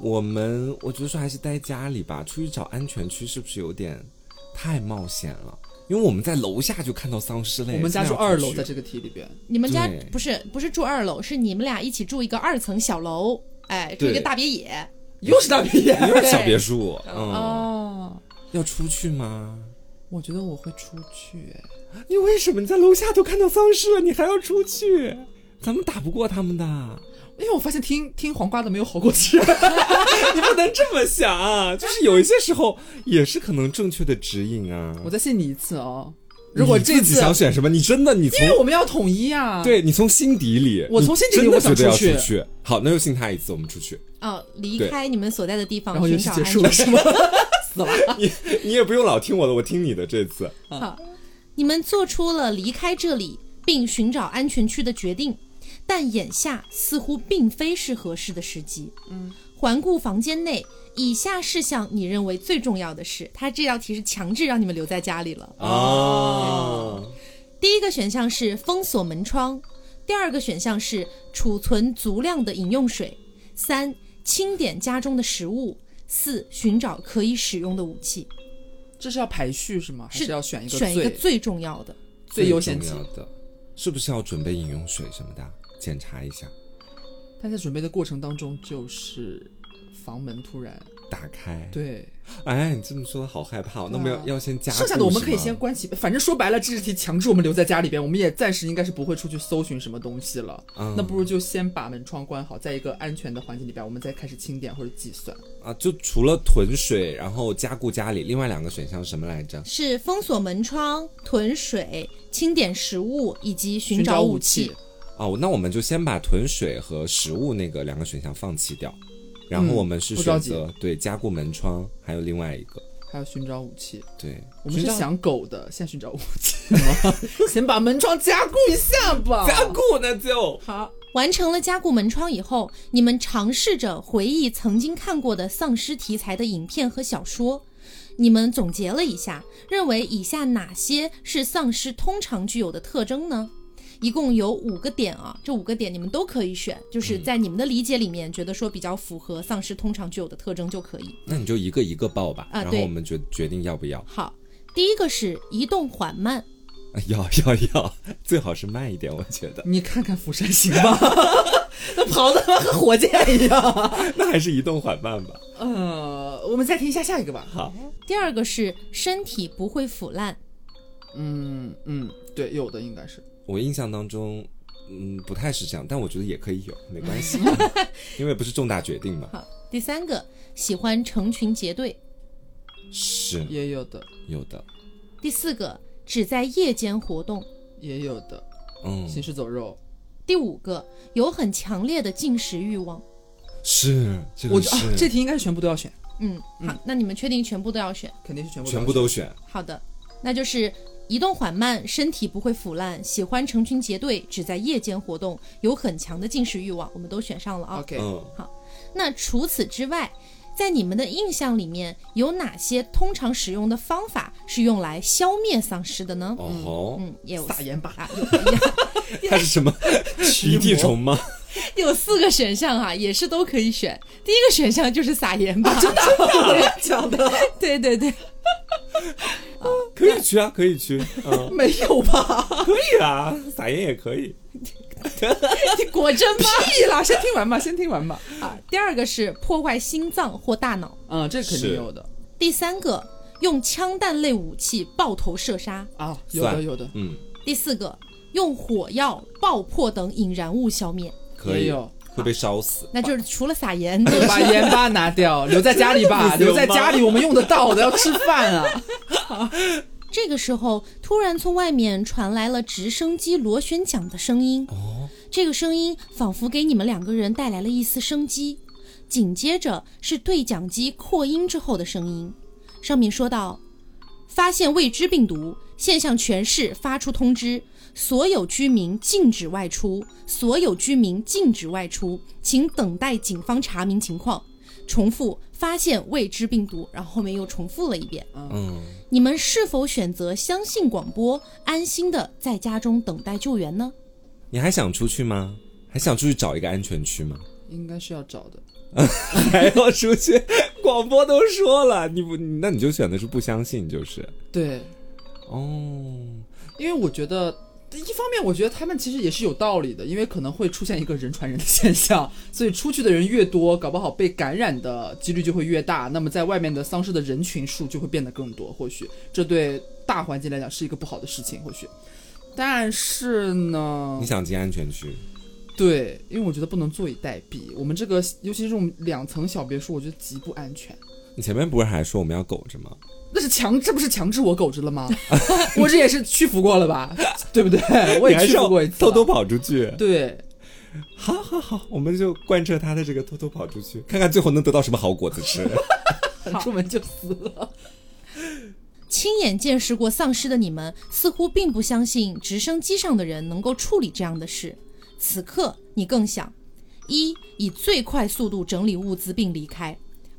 Speaker 2: 我们我觉得说还是待家里吧，出去找安全区是不是有点太冒险了？因为我们在楼下就看到丧尸了耶，
Speaker 3: 我们家
Speaker 2: 现
Speaker 3: 住
Speaker 2: 在要
Speaker 3: 二
Speaker 2: 嗯出
Speaker 3: 楼，
Speaker 2: 去
Speaker 3: 在这个题里边，
Speaker 1: 你们家
Speaker 2: 对
Speaker 1: 不是不是住二楼，是你们俩一起住一个二层小楼，哎，住一个
Speaker 2: 对
Speaker 1: 大别野。
Speaker 3: 又是大鼻眼
Speaker 2: 又是小别墅，嗯，
Speaker 3: 哦。
Speaker 2: 要出去吗？
Speaker 3: 我觉得我会出去，哎
Speaker 2: 你为什么你在楼下都看到丧尸了，你还要出去？咱们打不过他们的，
Speaker 3: 因为我发现听听黄瓜的没有好过吃。
Speaker 2: 你不能这么想啊！就是有一些时候也是可能正确的指引啊。
Speaker 3: 我再信你一次哦。如果这
Speaker 2: 你自
Speaker 3: 次
Speaker 2: 己，想选什么，你真的你从
Speaker 3: 因为我们要统一啊。，
Speaker 2: 对你从心底里，
Speaker 3: 我从心底里
Speaker 2: 你真的
Speaker 3: 我想
Speaker 2: 觉得要
Speaker 3: 出去
Speaker 2: 出去。好，那就信他一次，我们出 去。
Speaker 1: 哦，离
Speaker 2: 对
Speaker 1: 开你们所在的地
Speaker 3: 然
Speaker 1: 方
Speaker 3: 后游
Speaker 1: 寻
Speaker 3: 戏
Speaker 1: 找
Speaker 3: 结
Speaker 1: 安
Speaker 3: 束了
Speaker 1: 全。
Speaker 3: 是 吗？死了。
Speaker 2: 你你也不用老听我的，我听你的这次。
Speaker 3: 啊
Speaker 1: 哦你们做出了离开这里并寻找安全区的决定，但眼下似乎并非是合适的时机。嗯，环顾房间内，以下事项你认为最重要的是，它这道题是强制让你们留在家里了。
Speaker 2: 哦，
Speaker 1: 第一个选项是封锁门窗，第二个选项是储存足量的饮用水，三清点家中的食物，四寻找可以使用的武器，
Speaker 3: 这是要排序是吗？还
Speaker 1: 是
Speaker 3: 要选一个
Speaker 1: 选
Speaker 3: 最
Speaker 1: 一个最重要的。
Speaker 3: 最优先级
Speaker 2: 重？要的，是不是要准备饮用水什么的？检查一下，
Speaker 3: 但在准备的过程当中，就是房门突然
Speaker 2: 打开。
Speaker 3: 对，
Speaker 2: 哎，你这么说好害怕哦，那我们要、
Speaker 3: 对啊
Speaker 2: 要先加固。
Speaker 3: 剩下的我们可以
Speaker 2: 是
Speaker 3: 先
Speaker 2: 吗
Speaker 3: 关起。反正说白了，这是题强制我们留在家里边，我们也暂时应该是不会出去搜寻什么东西了。
Speaker 2: 嗯
Speaker 3: 那不如就先把门窗关好，在一个安全的环境里边，我们再开始清点或者计算。
Speaker 2: 啊，就除了囤水，然后加固家里，另外两个选项是什么来着？
Speaker 1: 是封锁门窗、囤水、清点食物以及寻
Speaker 3: 寻
Speaker 1: 找
Speaker 3: 找
Speaker 1: 武
Speaker 3: 武
Speaker 1: 器。
Speaker 2: 哦，那我们就先把囤水和食物那个两个选项放弃掉，然后
Speaker 3: 嗯
Speaker 2: 我们是
Speaker 3: 不着
Speaker 2: 选
Speaker 3: 急
Speaker 2: 择、对加固门窗，还有另外一个
Speaker 3: 还有寻找武器。
Speaker 2: 对，
Speaker 3: 我们是
Speaker 2: 寻找
Speaker 3: 想狗的，现在寻找武器吗？先把门窗加固一下吧。
Speaker 2: 加固那就
Speaker 3: 好，
Speaker 1: 完成了加固门窗以后，你们尝试着回忆曾经看过的丧尸题材的影片和小说。你们总结了一下，认为以下哪些是丧尸通常具有的特征呢？一共有五个点啊，这五个点你们都可以选，就是在你们的理解里面，觉得说比较符合丧尸通常具有的特征就可以。
Speaker 2: 那你就一个一个报吧，
Speaker 1: 啊
Speaker 2: 然后
Speaker 1: 对
Speaker 2: 我们决决定要不 要，
Speaker 1: 好，第一个是移动缓慢，
Speaker 2: 啊要要要，最好是慢一点，我觉得，
Speaker 3: 你看看《釜山行》吧， 那跑的和火箭一样。
Speaker 2: 那还是移动缓慢吧。
Speaker 3: 呃，我们再听一下下一个吧。
Speaker 2: 好，
Speaker 1: 第二个是身体不会腐烂，
Speaker 3: 嗯嗯，对，有的应该是。
Speaker 2: 我印象当中。嗯，不太是这样，但我觉得也可以有，没关系，因为不是重大决定嘛。
Speaker 1: 好，第三个喜欢成群结队，
Speaker 2: 是
Speaker 3: 也有的，
Speaker 2: 有的，
Speaker 1: 第四个只在夜间活动，
Speaker 3: 也有的，
Speaker 2: 嗯，
Speaker 3: 行尸走肉。
Speaker 1: 第五个有很强烈的进食欲望。
Speaker 2: 是，这
Speaker 3: 我
Speaker 2: 个
Speaker 3: 觉得、啊
Speaker 2: 是、、
Speaker 3: 这题应该是全部都要选，
Speaker 1: 嗯，好，那你们确定全部都要选？
Speaker 3: 肯定是全部
Speaker 2: 全部
Speaker 3: 都要
Speaker 2: 都选。
Speaker 1: 好的，那就是移动缓慢，身体不会腐烂，喜欢成群结队，只在夜间活动，有很强的进食欲望，我们都选上了啊。
Speaker 3: 选。OK，、
Speaker 2: 嗯，
Speaker 1: 那除此之外，在你们的印象里面，有哪些通常使用的方法是用来消灭丧尸的呢？
Speaker 2: 哦吼，
Speaker 1: 嗯，也有
Speaker 3: 撒盐 吧。
Speaker 1: 啊，有
Speaker 2: 它是什么鼻涕虫吗？
Speaker 1: 有 四个选项哈、也是都可以选。第一个选项就是撒盐吧，真的？
Speaker 3: 讲的
Speaker 1: 对对对，
Speaker 2: 可以去啊，可以去， 嗯，
Speaker 3: 没有吧？
Speaker 2: 可以啊，撒盐也可以。
Speaker 1: 果真吗？
Speaker 3: 屁啦！先听完吧，先听完吧。
Speaker 1: 啊，第二个是破坏心脏或大脑，
Speaker 3: 嗯，这肯定
Speaker 2: 是
Speaker 3: 有的
Speaker 1: 第三个用枪弹类武器爆头射杀，
Speaker 3: 啊，有
Speaker 2: 算
Speaker 3: 的有的，
Speaker 2: 嗯，
Speaker 1: 第四个用火药、爆破等引燃物消灭。
Speaker 2: 可
Speaker 3: 也
Speaker 2: 以
Speaker 3: 有，
Speaker 2: 会被烧死。
Speaker 1: 那就是除了撒盐，
Speaker 3: 把盐巴拿掉，留在家里 吧，
Speaker 2: 真的不行吗
Speaker 3: 留在家里，我们用得到的，要吃饭啊。
Speaker 1: 这个时候，突然从外面传来了直升机螺旋桨的声音。这个声音仿佛给你们两个人带来了一丝生机。紧接着是对讲机扩音之后的声音，上面说道：“发现未知病毒，现向全市发出通知，所有居民禁止外出，所有居民禁止外出，请等待警方查明情况。”重复发现未知病毒，然后后面又重复了一遍。
Speaker 2: 嗯，
Speaker 1: 你们是否选择相信广播，安心的在家中等待救援呢？
Speaker 2: 你还想出去吗？还想出去找一个安全区吗？
Speaker 3: 应该是要找的，
Speaker 2: 还要出去？广播都说了，你不，那你就选的是不相信，就是
Speaker 3: 对，
Speaker 2: 哦，
Speaker 3: 因为我觉得。一方面，我觉得他们其实也是有道理的，因为可能会出现一个人传人的现象，所以出去的人越多，搞不好被感染的几率就会越大。那么在外面的丧尸的人群数就会变得更多，或许这对大环境来讲是一个不好的事情，或许。但是呢，
Speaker 2: 你想进安全区？
Speaker 3: 对，因为我觉得不能坐以待毙。我们这个，尤其是我们两层小别墅，我觉得极不安全。
Speaker 2: 你前面不是还说我们要苟着吗？
Speaker 3: 那是强，这不是强制我狗着了吗？ 我这也是屈服过了吧，对不对？我
Speaker 2: 你
Speaker 3: 也
Speaker 2: 还是
Speaker 3: 屈
Speaker 2: 要
Speaker 3: 服过一次了。啊
Speaker 2: 偷偷跑出去。
Speaker 3: 对，
Speaker 2: 好好好，我们就贯彻他的这个偷偷跑出去，看看最后能得到什么好果子 吃。
Speaker 3: 出门就死
Speaker 2: 哦
Speaker 3: 了。
Speaker 1: 亲眼见识过丧尸的你们，似乎并不相信直升机上的人能够处理这样的事。此刻，你更想，一以最快速度整理物资并离开；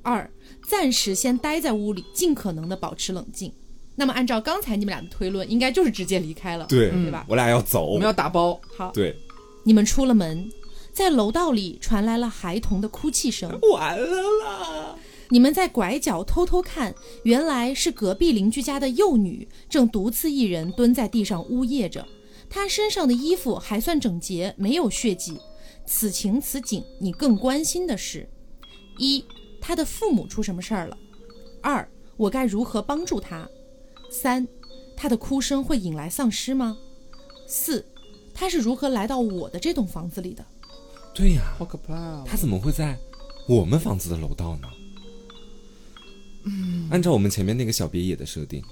Speaker 1: 二暂时先待在屋里，尽可能的保持冷静。那么按照刚才你们俩的推论，应该就是直接离开了，
Speaker 2: 对，
Speaker 1: 对吧？
Speaker 2: 我俩要走，
Speaker 3: 嗯我们要打包，
Speaker 1: 好，
Speaker 2: 对，
Speaker 1: 你们出了门，在楼道里传来了孩童的哭泣声。
Speaker 3: 完了啦！
Speaker 1: 你们在拐角偷偷看，原来是隔壁邻居家的幼女正独自一人蹲在地上呜咽着，她身上的衣服还算整洁，没有血迹。此情此景，你更关心的是：一，她的父母出什么事儿了；二，我该如何帮助她；三，她的哭声会引来丧尸吗？四，她是如何来到我的这栋房子里的？
Speaker 2: 对呀、
Speaker 3: 好可怕啊！
Speaker 2: 他怎么会在我们房子的楼道呢？
Speaker 3: 嗯
Speaker 2: 按照我们前面那个小别野的设定，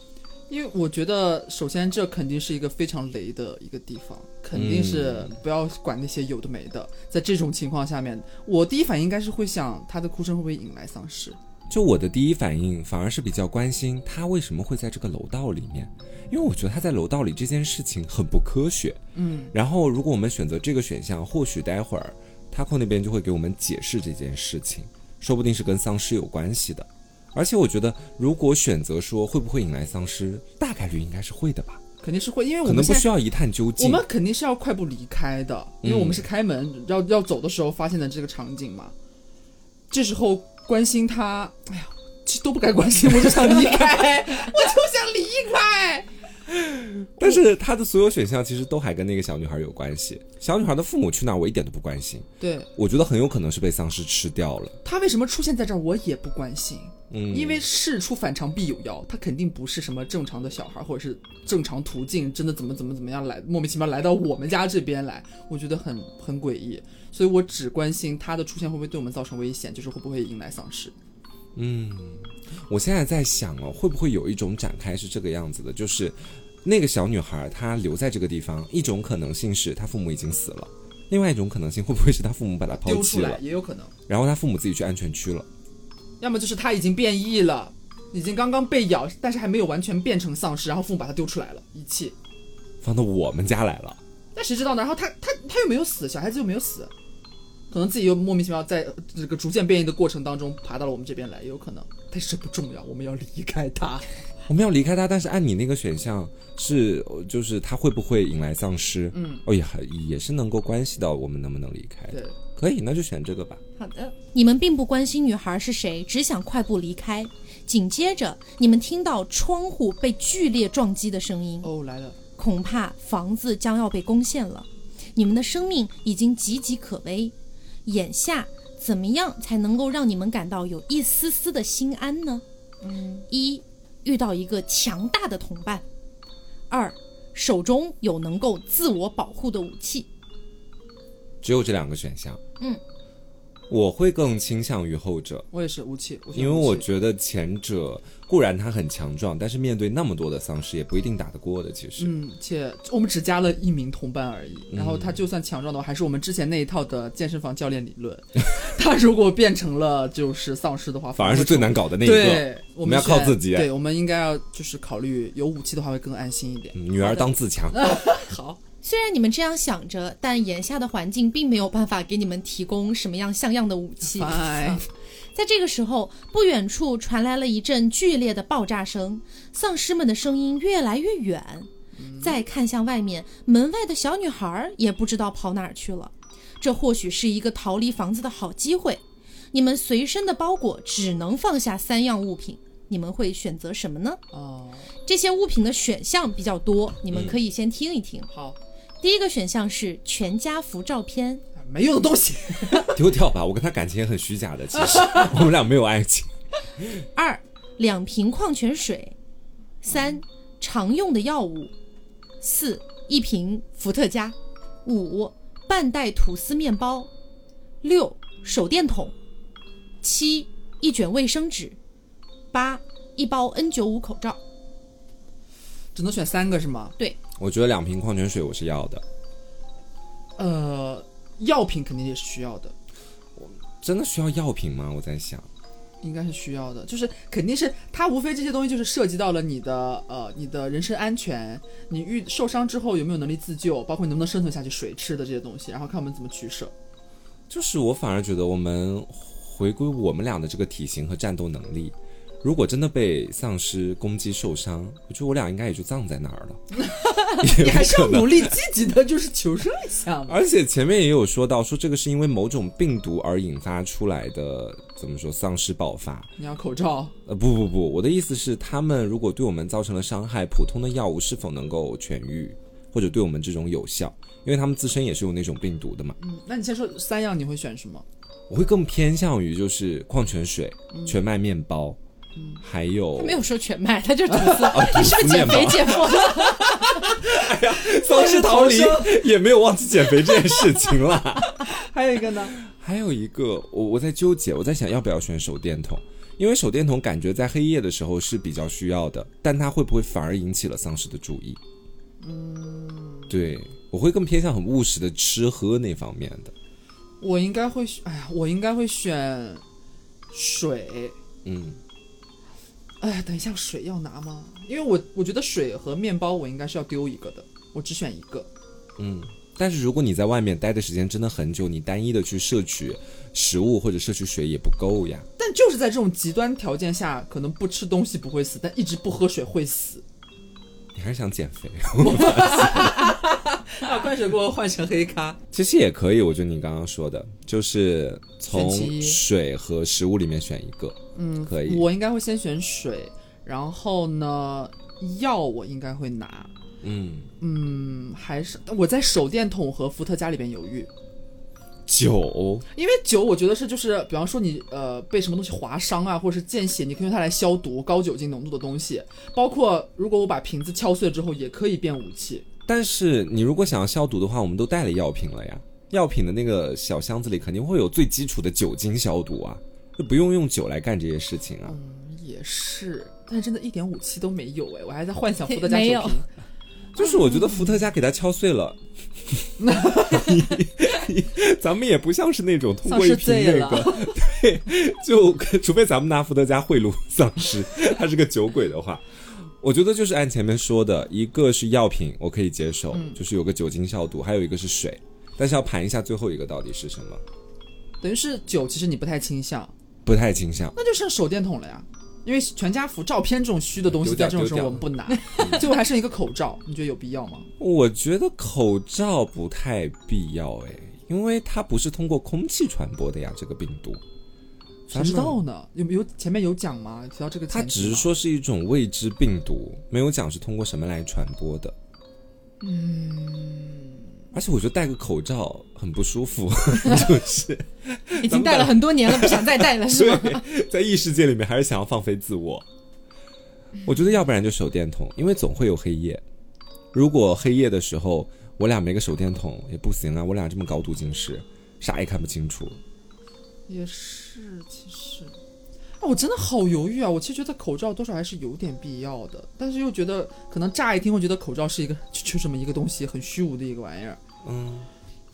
Speaker 3: 因为我觉得，首先这肯定是一个非常雷的一个地方，肯定是
Speaker 2: 嗯
Speaker 3: 不要管那些有的没的。在这种情况下面，我第一反应应该是会想，他的哭声会不会引来丧尸？
Speaker 2: 就我的第一反应反而是比较关心他为什么会在这个楼道里面，因为我觉得他在楼道里这件事情很不科学。
Speaker 3: 嗯，
Speaker 2: 然后如果我们选择这个选项，或许待会儿 Taco 那边就会给我们解释这件事情，说不定是跟丧尸有关系的。而且我觉得，如果选择说会不会引来丧尸，大概率应该是会的吧，
Speaker 3: 肯定是会，因为我
Speaker 2: 可能
Speaker 3: 们
Speaker 2: 不
Speaker 3: 现在
Speaker 2: 需要一探究
Speaker 3: 我
Speaker 2: 竟。
Speaker 3: 们肯定是要快步离开的，因为我们是开门、要要走的时候发现的这个场景嘛。这时候关心他，哎呀，其实都不该关心，我就想离开，我就想离开。
Speaker 2: 但是他的所有选项其实都还跟那个小女孩有关系。小女孩的父母去哪儿，我一点都不关心。
Speaker 3: 对
Speaker 2: 我觉得很有可能是被丧尸吃掉了。
Speaker 3: 他为什么出现在这儿，我也不关心，
Speaker 2: 嗯，
Speaker 3: 因为事出反常必有妖，他肯定不是什么正常的小孩，或者是正常途径，真的怎么怎么怎么样来，莫名其妙来到我们家这边来，我觉得很很诡异，所以我只关心他的出现会不会对我们造成危险，就是会不会迎来丧尸。
Speaker 2: 我现在在想哦，会不会有一种展开是这个样子的，就是那个小女孩她留在这个地方，一种可能性是她父母已经死了，另外一种可能性会不会是她父母把她抛
Speaker 3: 丢
Speaker 2: 弃
Speaker 3: 出来
Speaker 2: 了，
Speaker 3: 也有可能，
Speaker 2: 然后她父母自己去安全区了。
Speaker 3: 要么就是他已经变异了，已经刚刚被咬，但是还没有完全变成丧尸，然后父母把他丢出来了，遗弃。
Speaker 2: 放到我们家来了，
Speaker 3: 但谁知道呢？然后他他他又没有死，小孩子又没有死，可能自己又莫名其妙在呃这个逐渐变异的过程当中爬到了我们这边来，也有可能。但是这不重要，我们要离开 他。
Speaker 2: 我们要离开她，但是按你那个选项是，呃就是她会不会引来丧尸？
Speaker 3: 嗯，
Speaker 2: 哦，也还也是能够关系到我们能不能离开的。
Speaker 3: 对，
Speaker 2: 可以，那就选这个吧。
Speaker 1: 好的，你们并不关心女孩是谁，只想快步离开。紧接着，你们听到窗户被剧烈撞击的声音，
Speaker 3: 哦来了，
Speaker 1: 恐怕房子将要被攻陷了。你们的生命已经岌岌可危，眼下怎么样才能够让你们感到有一丝丝的心安呢？嗯，一遇到一个强大的同伴，二手中有能够自我保护的武器。
Speaker 2: 只有这两个选项。
Speaker 1: 嗯，
Speaker 2: 我会更倾向于后者，
Speaker 3: 我也是武器，
Speaker 2: 因为我
Speaker 3: 觉
Speaker 2: 觉得前者固然它很强壮，但是面对那么多的丧尸也不一定打得过的。其实，
Speaker 3: 嗯，且我们只加了一名同伴而已。
Speaker 2: 嗯
Speaker 3: 然后他就算强壮的话，还是我们之前那一套的健身房教练理论。 他如果变成了就是丧尸的话，
Speaker 2: 反而是最难搞的那一个。
Speaker 3: 对，
Speaker 2: 我
Speaker 3: 我
Speaker 2: 们要
Speaker 3: 需
Speaker 2: 靠自己啊
Speaker 3: 对，我们应该要就是考虑有武器的话会更安心一点。
Speaker 2: 嗯女儿当自强，
Speaker 3: 好，
Speaker 1: 虽然你们这样想着，但眼下的环境并没有办法给你们提供什么样像样的武器。
Speaker 3: 拜。
Speaker 1: 在这个时候，不远处传来了一阵剧烈的爆炸声，丧尸们的声音越来越远。再看向外面，门外的小女孩儿也不知道跑哪儿去了。这或许是一个逃离房子的好机会。你们随身的包裹只能放下三样物品，你们会选择什么呢？
Speaker 3: 哦，
Speaker 1: 这些物品的选项比较多，你们可以先听一听。
Speaker 3: 好，
Speaker 1: 第一个选项是全家福照片，
Speaker 3: 没用的东西。
Speaker 2: 丢掉吧。我跟她感情也很虚假的，其 实我们俩没有爱情。
Speaker 1: 二两瓶矿泉水，三常用的药物，四一瓶伏特加，五半袋吐司面包，六手电筒，七一卷卫生纸，八一包 N 9 5口罩。
Speaker 3: 只能选三个是吗？
Speaker 2: 我觉得两瓶矿泉水我是要的，
Speaker 3: 呃，药品肯定也是需要的，
Speaker 2: 真的需要药品吗？我在想，
Speaker 3: 应该是需要的，就是肯定是它无非这些东西就是涉及到了你的呃你的人身安全，你遇受伤之后有没有能力自救，包括你能不能生存下去，水吃的这些东西，然后看我们怎么取舍。
Speaker 2: 就是我反而觉得我们回归我们俩的这个体型和战斗能力。如果真的被丧尸攻击受伤，我觉得我俩应该也就葬在那儿了。
Speaker 3: 你还是要努力积极的，就是求生一下嘛。
Speaker 2: 而且前面也有说到，说这个是因为某种病毒而引发出来的，怎么说丧尸爆发？
Speaker 3: 你要口罩，
Speaker 2: 呃，不不不，我的意思是，他们如果对我们造成了伤害，普通的药物是否能够痊愈，或者对我们这种有效？因为他们自身也是有那种病毒的嘛。
Speaker 3: 嗯，那你先说三样你会选什么？
Speaker 2: 我会更偏向于就是矿泉水、全麦面包，还有
Speaker 4: 没有说全麦，他就吐 司。你是不是减
Speaker 2: 哦面
Speaker 4: 肥
Speaker 2: 包
Speaker 4: 减过？
Speaker 2: 丧尸逃离，也没有忘记减肥这件事情啦。
Speaker 3: 还有一个呢？
Speaker 2: 还有一个，我我在纠结，我在想要不要选手电筒，因为手电筒感觉在黑夜的时候是比较需要的，但它会不会反而引起了丧尸的注意？嗯，对，我会更偏向很务实的吃喝那方面的。
Speaker 3: 我应该会选，哎呀，我应该会选水。
Speaker 2: 嗯，
Speaker 3: 哎呀，等一下，水要拿吗？因为我我觉得水和面包我应该是要丢一个的，我只选一个。
Speaker 2: 但是如果你在外面待的时间真的很久，你单一的去摄取食物或者摄取水也不够呀。
Speaker 3: 但就是在这种极端条件下，可能不吃东西不会死，但一直不喝水会死。
Speaker 2: 你还是想减肥？
Speaker 3: 把啊灌水锅换成黑咖，
Speaker 2: 其实也可以，我觉得你刚刚说的，就是从
Speaker 3: 选其一
Speaker 2: 水和食物里面选一个，嗯，可以。
Speaker 3: 我应该会先选水，然后呢，药我应该会拿。
Speaker 2: 嗯，
Speaker 3: 嗯，还是我在手电筒和伏特加里边犹豫，
Speaker 2: 酒，
Speaker 3: 因为酒我觉得是就是，比方说你呃被什么东西划伤啊，或者是见血，你可以用它来消毒高酒精浓度的东西。包括如果我把瓶子敲碎之后，也可以变武器。
Speaker 2: 但是你如果想要消毒的话，我们都带了药品了呀。药品的那个小箱子里肯定会有最基础的酒精消毒啊，就不用用酒来干这些事情啊。
Speaker 3: 嗯，也是，但是真的一点武器都没有哎，我还在幻想伏特加
Speaker 4: 没
Speaker 3: 酒
Speaker 4: 有
Speaker 3: 瓶。
Speaker 2: 就是我觉得伏特加给它敲碎了， 咱们也不像是那种通过一瓶那
Speaker 3: 丧
Speaker 2: 个，对，就除非咱们拿伏特加贿赂丧尸，他是个酒鬼的话。我觉得就是按前面说的，一个是药品，我可以接受，就是有个酒精消毒，还有一个是水，但是要盘一下最后一个到底是什么，
Speaker 3: 等于是酒，其实你不太倾向，
Speaker 2: 不太倾向。
Speaker 3: 那就剩手电筒了呀。因为全家福照片这种虚的东西，
Speaker 2: 丢掉
Speaker 3: 在这种时候
Speaker 2: 丢掉
Speaker 3: 我们不 拿，最后还剩一个口罩，你觉得有必要吗？
Speaker 2: 我觉得口罩不太必要哎，因为它不是通过空气传播的呀，这个病毒。
Speaker 3: 谁
Speaker 2: 咱
Speaker 3: 知
Speaker 2: 们
Speaker 3: 道呢？有没有前面有讲吗？提到这个
Speaker 2: 它
Speaker 3: 前提
Speaker 2: 只是
Speaker 3: 吗，
Speaker 2: 说是一种未知病毒，没有讲是通过什么来传播的。嗯，而且我觉得戴个口罩很不舒服， 就是
Speaker 4: 已经戴了很多年了，不想再戴了，是吗？
Speaker 2: 对，在异世界里面还是想要放飞自我。我觉得要不然就手电筒，因为总会有黑夜。如果黑夜的时候我俩没个手电筒也不行啊，我俩这么高度近视，啥也看不清楚。
Speaker 3: 也是，其实，啊，我真的好犹豫啊！我其实觉得口罩多少还是有点必要的，但是又觉得可能乍一听会觉得口罩是一个就就这么一个东西，很虚无的一个玩意儿。
Speaker 2: 嗯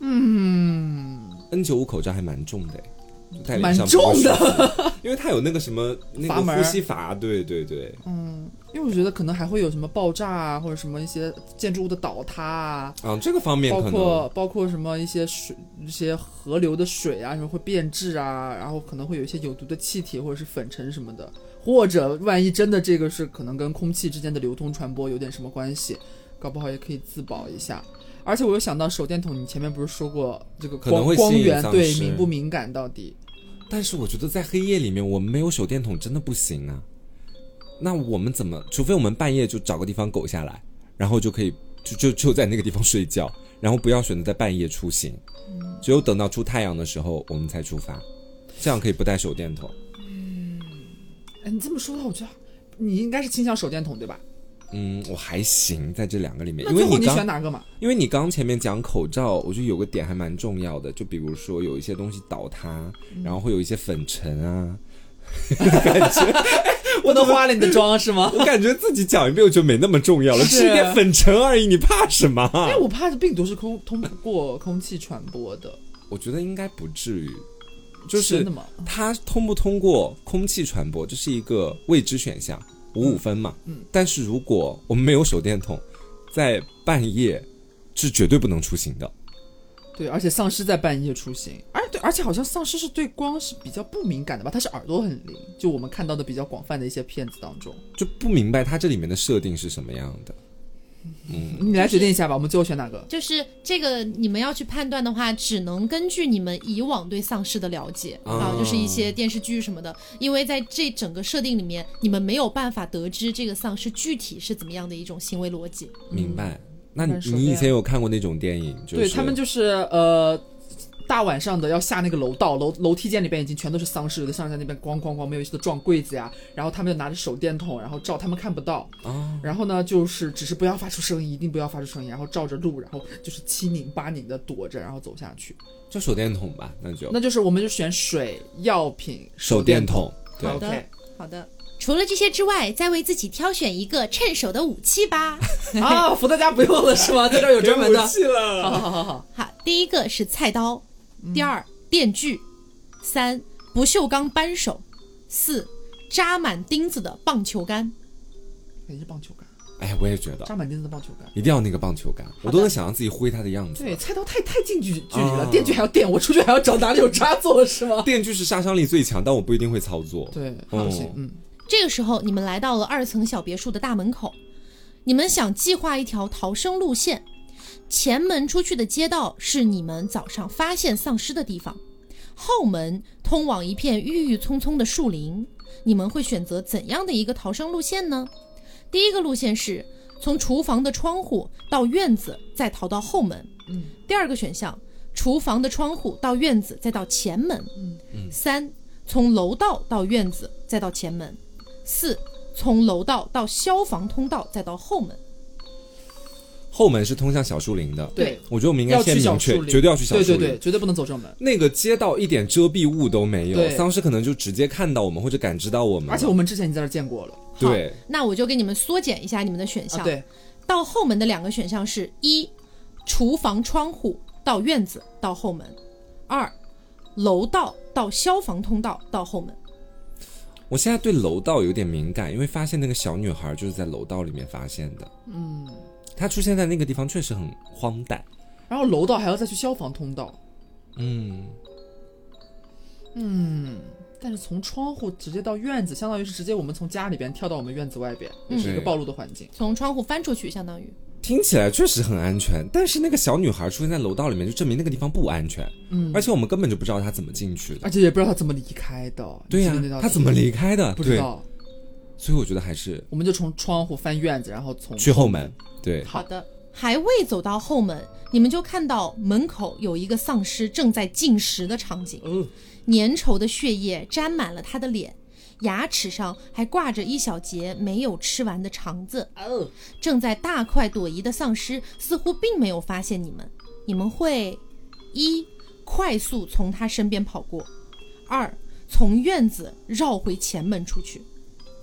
Speaker 3: 嗯，
Speaker 2: ，N 九五口罩还蛮重的诶，就戴脸
Speaker 3: 蛮
Speaker 2: 上不太
Speaker 3: 重
Speaker 2: 舒
Speaker 3: 的，
Speaker 2: 服，因为它有那个什么那
Speaker 3: 阀
Speaker 2: 个
Speaker 3: 门
Speaker 2: 呼吸阀，对对对。
Speaker 3: 因为我觉得可能还会有什么爆炸啊，或者什么一些建筑物的倒塌啊，
Speaker 2: 啊，这个方面
Speaker 3: 包
Speaker 2: 可
Speaker 3: 括
Speaker 2: 能
Speaker 3: 包括什么一些水、一些河流的水啊，什么会变质啊，然后可能会有一些有毒的气体或者是粉尘什么的，或者万一真的这个是可能跟空气之间的流通传播有点什么关系，搞不好也可以自保一下。而且我又想到手电筒，你前面不是说过这个
Speaker 2: 可能
Speaker 3: 光
Speaker 2: 会吸引
Speaker 3: 光源
Speaker 2: 丧
Speaker 3: 对
Speaker 2: 尸
Speaker 3: 敏不敏感到底？
Speaker 2: 但是我觉得在黑夜里面，我们没有手电筒真的不行啊。那我们怎么？除非我们半夜就找个地方苟下来，然后就可以就就就在那个地方睡觉，然后不要选择在半夜出行。只有等到出太阳的时候，我们才出发，这样可以不带手电筒。
Speaker 3: 哎，你这么说的话，我觉得你应该是倾向手电筒对吧？
Speaker 2: 嗯，我还行，在这两个里面，
Speaker 3: 那
Speaker 2: 因为
Speaker 3: 最后你
Speaker 2: 刚
Speaker 3: 选哪个嘛？
Speaker 2: 因为你刚前面讲口罩，我觉得有个点还蛮重要的，就比如说有一些东西倒塌，然后会有一些粉尘 啊。
Speaker 3: 我都花了你的妆 是吗？
Speaker 2: 我感觉自己讲一遍，我觉得没那么重要了，
Speaker 3: 是
Speaker 2: 吃一点粉尘而已，你怕什么？
Speaker 3: 哎，我怕这病毒是空通过空气传播的，
Speaker 2: 我觉得应该不至于，就
Speaker 3: 真
Speaker 2: 是
Speaker 3: 的吗？
Speaker 2: 它通不通过空气传播，这是一个未知选项，五五分嘛。
Speaker 3: 嗯
Speaker 2: 但是如果我们没有手电筒，在半夜是绝对不能出行的。
Speaker 3: 对，而且丧尸在半夜出行。哎，对，而且好像丧尸是对光是比较不敏感的吧？它是耳朵很灵，就我们看到的比较广泛的一些片子当中，
Speaker 2: 就不明白它这里面的设定是什么样的。嗯
Speaker 3: 你来决定一下吧，我们最后选哪个？
Speaker 1: 就是这个，你们要去判断的话，只能根据你们以往对丧尸的了解、啊
Speaker 2: 啊，
Speaker 1: 就是一些电视剧什么的，因为在这整个设定里面，你们没有办法得知这个丧尸具体是怎么样的一种行为逻辑。
Speaker 2: 明白？那
Speaker 3: 嗯但是
Speaker 2: 你
Speaker 3: 我
Speaker 2: 你以
Speaker 3: 这
Speaker 2: 前有看过那种电影？就是、
Speaker 3: 对他们就是呃，大晚上的要下那个楼道，楼楼梯间里边已经全都是丧尸，有的丧尸在那边咣咣咣，没有意思的撞柜子呀，然后他们就拿着手电筒，然后照他们看不到，
Speaker 2: 啊，
Speaker 3: 然后呢就是只是不要发出声音，一定不要发出声音，然后照着路，然后就是七拧八拧的躲着，然后走下去。
Speaker 2: 就手电筒吧，那就
Speaker 3: 那就是我们就选水、药品、
Speaker 2: 手
Speaker 3: 电
Speaker 2: 电。筒。对，
Speaker 3: 好的
Speaker 1: OK 好的，除了这些之外，再为自己挑选一个趁手的武器吧。
Speaker 3: 啊，伏特加不用了是吗？在这儿有专 门的。好好好好，
Speaker 1: 好，第一个是菜刀，第二电锯，三不锈钢扳手，四扎满钉子的棒球杆。
Speaker 3: 肯定是棒球杆，
Speaker 2: 哎，我也觉得
Speaker 3: 扎满钉子的棒球杆。
Speaker 2: 一定要那个棒球杆，我都能想象自己挥它的样子。
Speaker 3: 对，，菜刀太太近距距离了，
Speaker 2: 啊
Speaker 3: 电锯还要电，我出去还要找哪里有插座是吗？
Speaker 2: 电锯是杀伤力最强，但我不一定会操作。
Speaker 3: 对，
Speaker 2: 哦
Speaker 3: 不行，嗯，
Speaker 1: 这个时候，你们来到了二层小别墅的大门口，你们想计划一条逃生路线。前门出去的街道是你们早上发现丧尸的地方，后门通往一片郁郁葱葱的树林。你们会选择怎样的一个逃生路线呢？第一个路线是从厨房的窗户到院子，再逃到后门。
Speaker 3: 嗯。
Speaker 1: 第二个选项，厨房的窗户到院子，再到前门。
Speaker 3: 嗯
Speaker 1: 三，从楼道到院子，再到前门。四，从楼道到消防通道，再到后门。
Speaker 2: 后门是通向小树林的。
Speaker 3: 对，
Speaker 2: 我觉得我们应该
Speaker 3: 要去
Speaker 2: 先
Speaker 3: 小
Speaker 2: 明
Speaker 3: 树
Speaker 2: 确，
Speaker 3: 林，
Speaker 2: 绝对要去小树
Speaker 3: 对
Speaker 2: 林。
Speaker 3: 对对，绝对不能走正门。
Speaker 2: 那个街道一点遮蔽物都没有，
Speaker 3: 对
Speaker 2: 丧尸可能就直接看到我们或者感知到我们了。
Speaker 3: 而且我们之前已经在这儿见过了
Speaker 1: 好
Speaker 2: 对，
Speaker 1: 那我就给你们缩减一下你们的选项。
Speaker 3: 啊，，对，
Speaker 1: 到后门的两个选项是一，厨房窗户到院子到后门；二，楼道到消防通道到后门。
Speaker 2: 我现在对楼道有点敏感，因为发现那个小女孩就是在楼道里面发现的。嗯，她出现在那个地方确实很荒诞。
Speaker 3: 然后楼道还要再去消防通道，
Speaker 2: 嗯，
Speaker 3: 嗯但是从窗户直接到院子，相当于是直接我们从家里边跳到我们院子外边，也是一个
Speaker 2: 嗯对
Speaker 3: 暴露的环境。
Speaker 1: 从窗户翻出去，相当于
Speaker 2: 听起来确实很安全，但是那个小女孩出现在楼道里面，就证明那个地方不安全。嗯，啊而且我们根本就不知道她怎么进去的。
Speaker 3: 而且也不知道他怎么离开的，
Speaker 2: 对呀、
Speaker 3: 你记得那道
Speaker 2: 她
Speaker 3: 题
Speaker 2: 怎么离开的？
Speaker 3: 不知
Speaker 2: 对，
Speaker 3: 道？
Speaker 2: 所以我觉得还是
Speaker 3: 我们就从窗户翻院子，然后从
Speaker 2: 去后门。对，
Speaker 3: 好
Speaker 1: 的。还未走到后门，你们就看到门口有一个丧尸正在进食的场景。
Speaker 3: 嗯，
Speaker 1: 粘稠的血液沾满了他的脸，牙齿上还挂着一小节没有吃完的肠子。
Speaker 3: 哦，
Speaker 1: 正在大快朵颐的丧尸似乎并没有发现你们，你们会一快速从他身边跑过，二从院子绕回前门出去。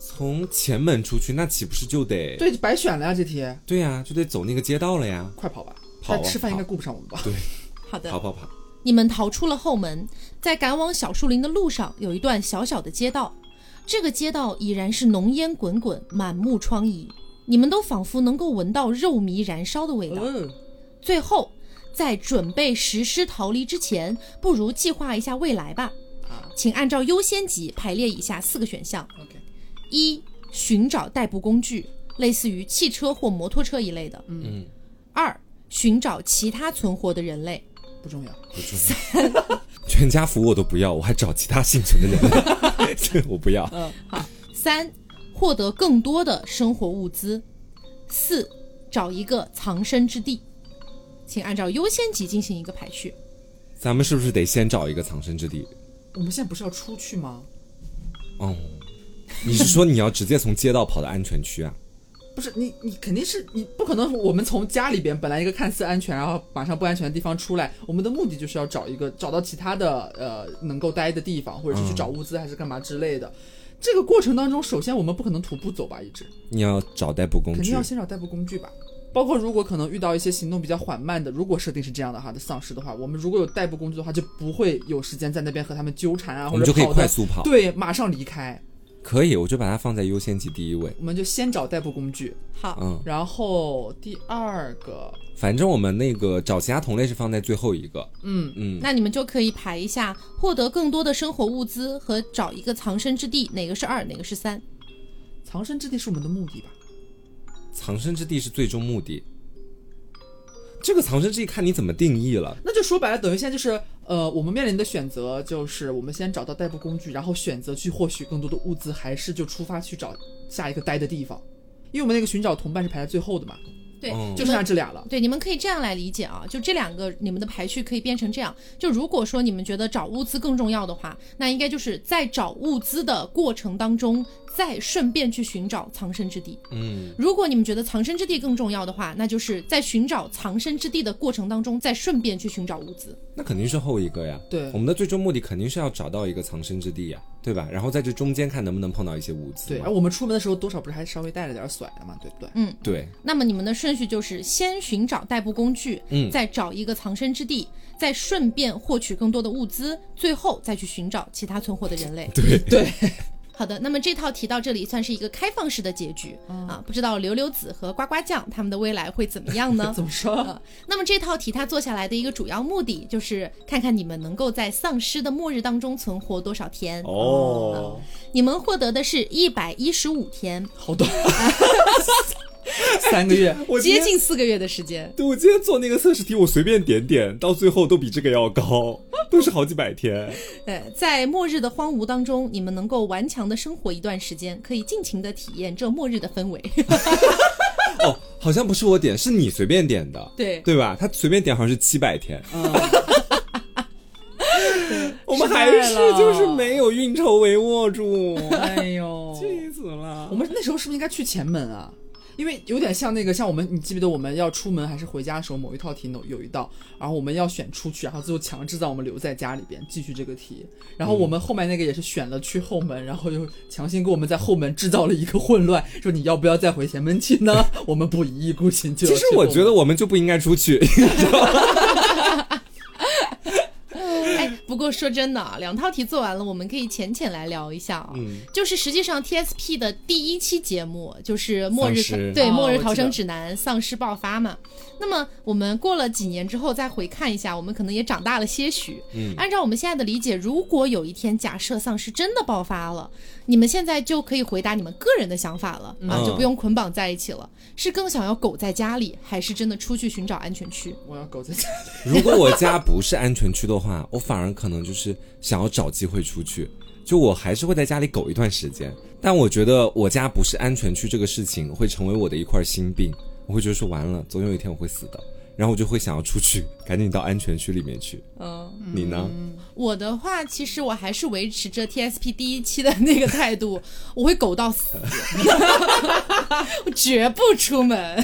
Speaker 2: 从前门出去，那岂不是就得
Speaker 3: 对，白选了呀，这题，
Speaker 2: 对呀、就得走那个街道了呀？
Speaker 3: 快跑吧！
Speaker 2: 跑啊
Speaker 3: 但吃饭应该
Speaker 2: 跑
Speaker 3: 顾不上我们吧？
Speaker 1: 好的
Speaker 2: 跑跑跑！
Speaker 1: 你们逃出了后门，在赶往小树林的路上，有一段小小的街道。这个街道已然是浓烟滚滚，满目疮痍，你们都仿佛能够闻到肉糜燃烧的味道。
Speaker 3: 嗯，
Speaker 1: 最后，在准备实施逃离之前，不如计划一下未来吧。
Speaker 3: 啊
Speaker 1: 请按照优先级排列以下四个选项：
Speaker 3: ，OK，
Speaker 1: 一、寻找代步工具，类似于汽车或摩托车一类的；
Speaker 2: 嗯，
Speaker 1: 二、寻找其他存活的人类；
Speaker 3: 不重要。
Speaker 2: 不重要。全家福我都不要，我还找其他幸存的人 来，这我不要。
Speaker 1: 三、获得更多的生活物资；四、找一个藏身之地。请按照优先级进行一个排序。
Speaker 2: 咱们是不是得先找一个藏身之地？
Speaker 3: 我们现在不是要出去吗？
Speaker 2: 哦，你是说你要直接从街道跑到安全区啊？
Speaker 3: 不是你，你肯定是你不可能。我们从家里边本来一个看似安全，然后马上不安全的地方出来，我们的目的就是要找一个找到其他的呃能够待的地方，或者是
Speaker 2: 嗯
Speaker 3: 去找物资还是干嘛之类的。这个过程当中，首先我们不可能徒步走吧，一直
Speaker 2: 你要找代步工
Speaker 3: 肯
Speaker 2: 具
Speaker 3: 定要先找代步工具吧。包括如果可能遇到一些行动比较缓慢的，如果设定是这样的哈的丧尸的话，我们如果有代步工具的话，就不会有时间在那边和他们纠缠啊，
Speaker 2: 我
Speaker 3: 或
Speaker 2: 们
Speaker 3: 者
Speaker 2: 就可以
Speaker 3: 跑的
Speaker 2: 快速跑。
Speaker 3: 对，马上离开。
Speaker 2: 可以，我就把它放在优先级第一位。
Speaker 3: 我们就先找代步工具，
Speaker 1: 好，
Speaker 2: 嗯，
Speaker 3: 然后第二个，
Speaker 2: 反正我们那个找其他同类是放在最后一个。
Speaker 3: 嗯，
Speaker 2: 嗯，
Speaker 1: 那你们就可以排一下，获得更多的生活物资和找一个藏身之地，哪个是二，哪个是三？
Speaker 3: 藏身之地是我们的目的吧？
Speaker 2: 藏身之地是最终目的。这个藏身之地看你怎么定义了。
Speaker 3: 那就说白了，等于现在就是，呃，我们面临的选择就是，我们先找到代步工具，然后选择去获取更多的物资，还是就出发去找下一个待的地方？因为我们那个寻找同伴是排在最后的嘛，
Speaker 1: 对，
Speaker 2: 嗯
Speaker 3: 就剩下这俩了。
Speaker 1: 对，你们可以这样来理解啊，就这两个你们的排序可以变成这样。就如果说你们觉得找物资更重要的话，那应该就是在找物资的过程当中，再顺便去寻找藏身之地。
Speaker 2: 嗯，
Speaker 1: 如果你们觉得藏身之地更重要的话，那就是在寻找藏身之地的过程当中，再顺便去寻找物资。
Speaker 2: 那肯定是后一个呀。
Speaker 3: 对
Speaker 2: 我们的最终目的肯定是要找到一个藏身之地呀，对吧？然后在这中间看能不能碰到一些物资
Speaker 3: 对，
Speaker 2: 嘛。
Speaker 3: 而我们出门的时候多少不是还稍微带了点甩的嘛，对不对？
Speaker 2: 对，
Speaker 1: 那么你们的顺序就是先寻找代步工具，
Speaker 2: 嗯
Speaker 1: 再找一个藏身之地，再顺便获取更多的物资，最后再去寻找其他存活的人 类。
Speaker 3: 对，
Speaker 1: 好的，那么这套题到这里算是一个开放式的结局、啊，不知道刘刘子和呱呱酱他们的未来会怎么样 呢？
Speaker 3: 怎么说？
Speaker 1: 呃，那么这套题它做下来的一个主要目的就是看看你们能够在丧尸的末日当中存活多少天。啊
Speaker 2: 哦，
Speaker 1: 你们获得的是一百一十五天，
Speaker 3: 好短，三个月。
Speaker 2: 我今
Speaker 1: 接
Speaker 2: 天。
Speaker 1: 近四个月的时间。
Speaker 2: 对，我今天做那个测试题，我随便点点，到最后都比这个要高，都是好几百天。
Speaker 1: 对，在末日的荒芜当中，你们能够顽强的生活一段时间，可以尽情的体验这末日的氛围。
Speaker 2: 哦，好像不是我点，是你随便点的，
Speaker 1: 对
Speaker 2: 对吧？他随便点好像是七百天，
Speaker 3: 嗯，
Speaker 2: 我们还是就是没有运筹帷幄住，
Speaker 3: 哎呦，
Speaker 2: 气死了
Speaker 3: 我。们那时候是不是应该去前门啊？因为有点像那个，像我们，你记不记得我们要出门还是回家的时候，某一套题有有一道，然后我们要选出去，然后最后强制让我们留在家里边继续这个题。然后我
Speaker 2: 嗯
Speaker 3: 们后面那个也是选了去后门，然后又强行给我们在后门制造了一个混乱，说你要不要再回前门去呢？ 我们不一意孤行就要
Speaker 2: 其
Speaker 3: 去
Speaker 2: 实
Speaker 3: 后
Speaker 2: 我
Speaker 3: 门。
Speaker 2: 觉得我们就不应该出去，
Speaker 1: 哎，不过说真的啊，两套题做完了，我们可以浅浅来聊一下啊、
Speaker 3: 嗯
Speaker 1: 就是实际上 TSP 的第一期节目就是《末日
Speaker 2: 丧尸
Speaker 1: 对、
Speaker 3: 哦
Speaker 1: 末日
Speaker 3: 我
Speaker 1: 逃
Speaker 3: 记得
Speaker 1: 生指南》丧尸爆发嘛。那么我们过了几年之后再回看一下，我们可能也长大了些许。
Speaker 2: 嗯
Speaker 1: 按照我们现在的理解，如果有一天假设丧尸真的爆发了，你们现在就可以回答你们个人的想法了、啊，
Speaker 2: 嗯
Speaker 1: 就不用捆绑在一起了。是更想要苟在家里，还是真的出去寻找安全区？
Speaker 3: 我要狗在家，
Speaker 2: 如果我家不是安全区的话， 我反而可能就是想要找机会出去。就我还是会在家里苟一段时间，但我觉得我家不是安全区这个事情会成为我的一块心病。我会觉得说完了，总有一天我会死的，然后我就会想要出去，赶紧到安全区里面去。
Speaker 1: 嗯。
Speaker 2: 你呢？
Speaker 1: 我的话，其实我还是维持着 TSP 第一期的那个态度， 我会狗到死， 我绝不出门。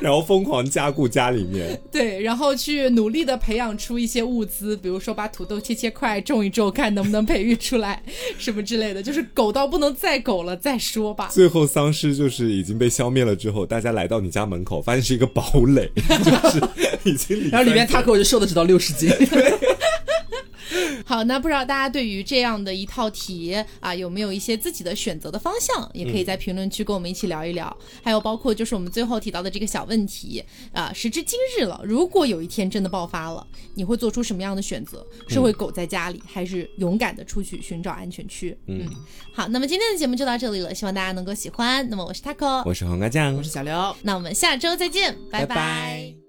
Speaker 2: 然后疯狂加固家里 面，
Speaker 1: 对，然后去努力的培养出一些物资，比如说把土豆切切块，种一种，看能不能培育出来，什么之类的，就是狗到不能再狗了再说吧。
Speaker 2: 最后丧尸就是已经被消灭了之后，大家来到你家门口，发现是一个堡 垒，就是已经里
Speaker 3: 然后里面 taco 就瘦的只到六十斤。
Speaker 1: 好，那不知道大家对于这样的一套题啊，有没有一些自己的选择的方向？也可以在评论区跟我们一起聊一聊。还有包括就是我们最后提到的这个小问题啊，时至今日了，如果有一天真的爆发了，你会做出什么样的选择？是会苟在家里，还是勇敢的出去寻找安全区？嗯，好，那么今天的节目就到这里了，希望大 家能够喜欢。那么我是 taco，
Speaker 2: 我是黄瓜酱，
Speaker 3: 我是小刘，
Speaker 1: 那我们下周再见，拜
Speaker 2: 拜拜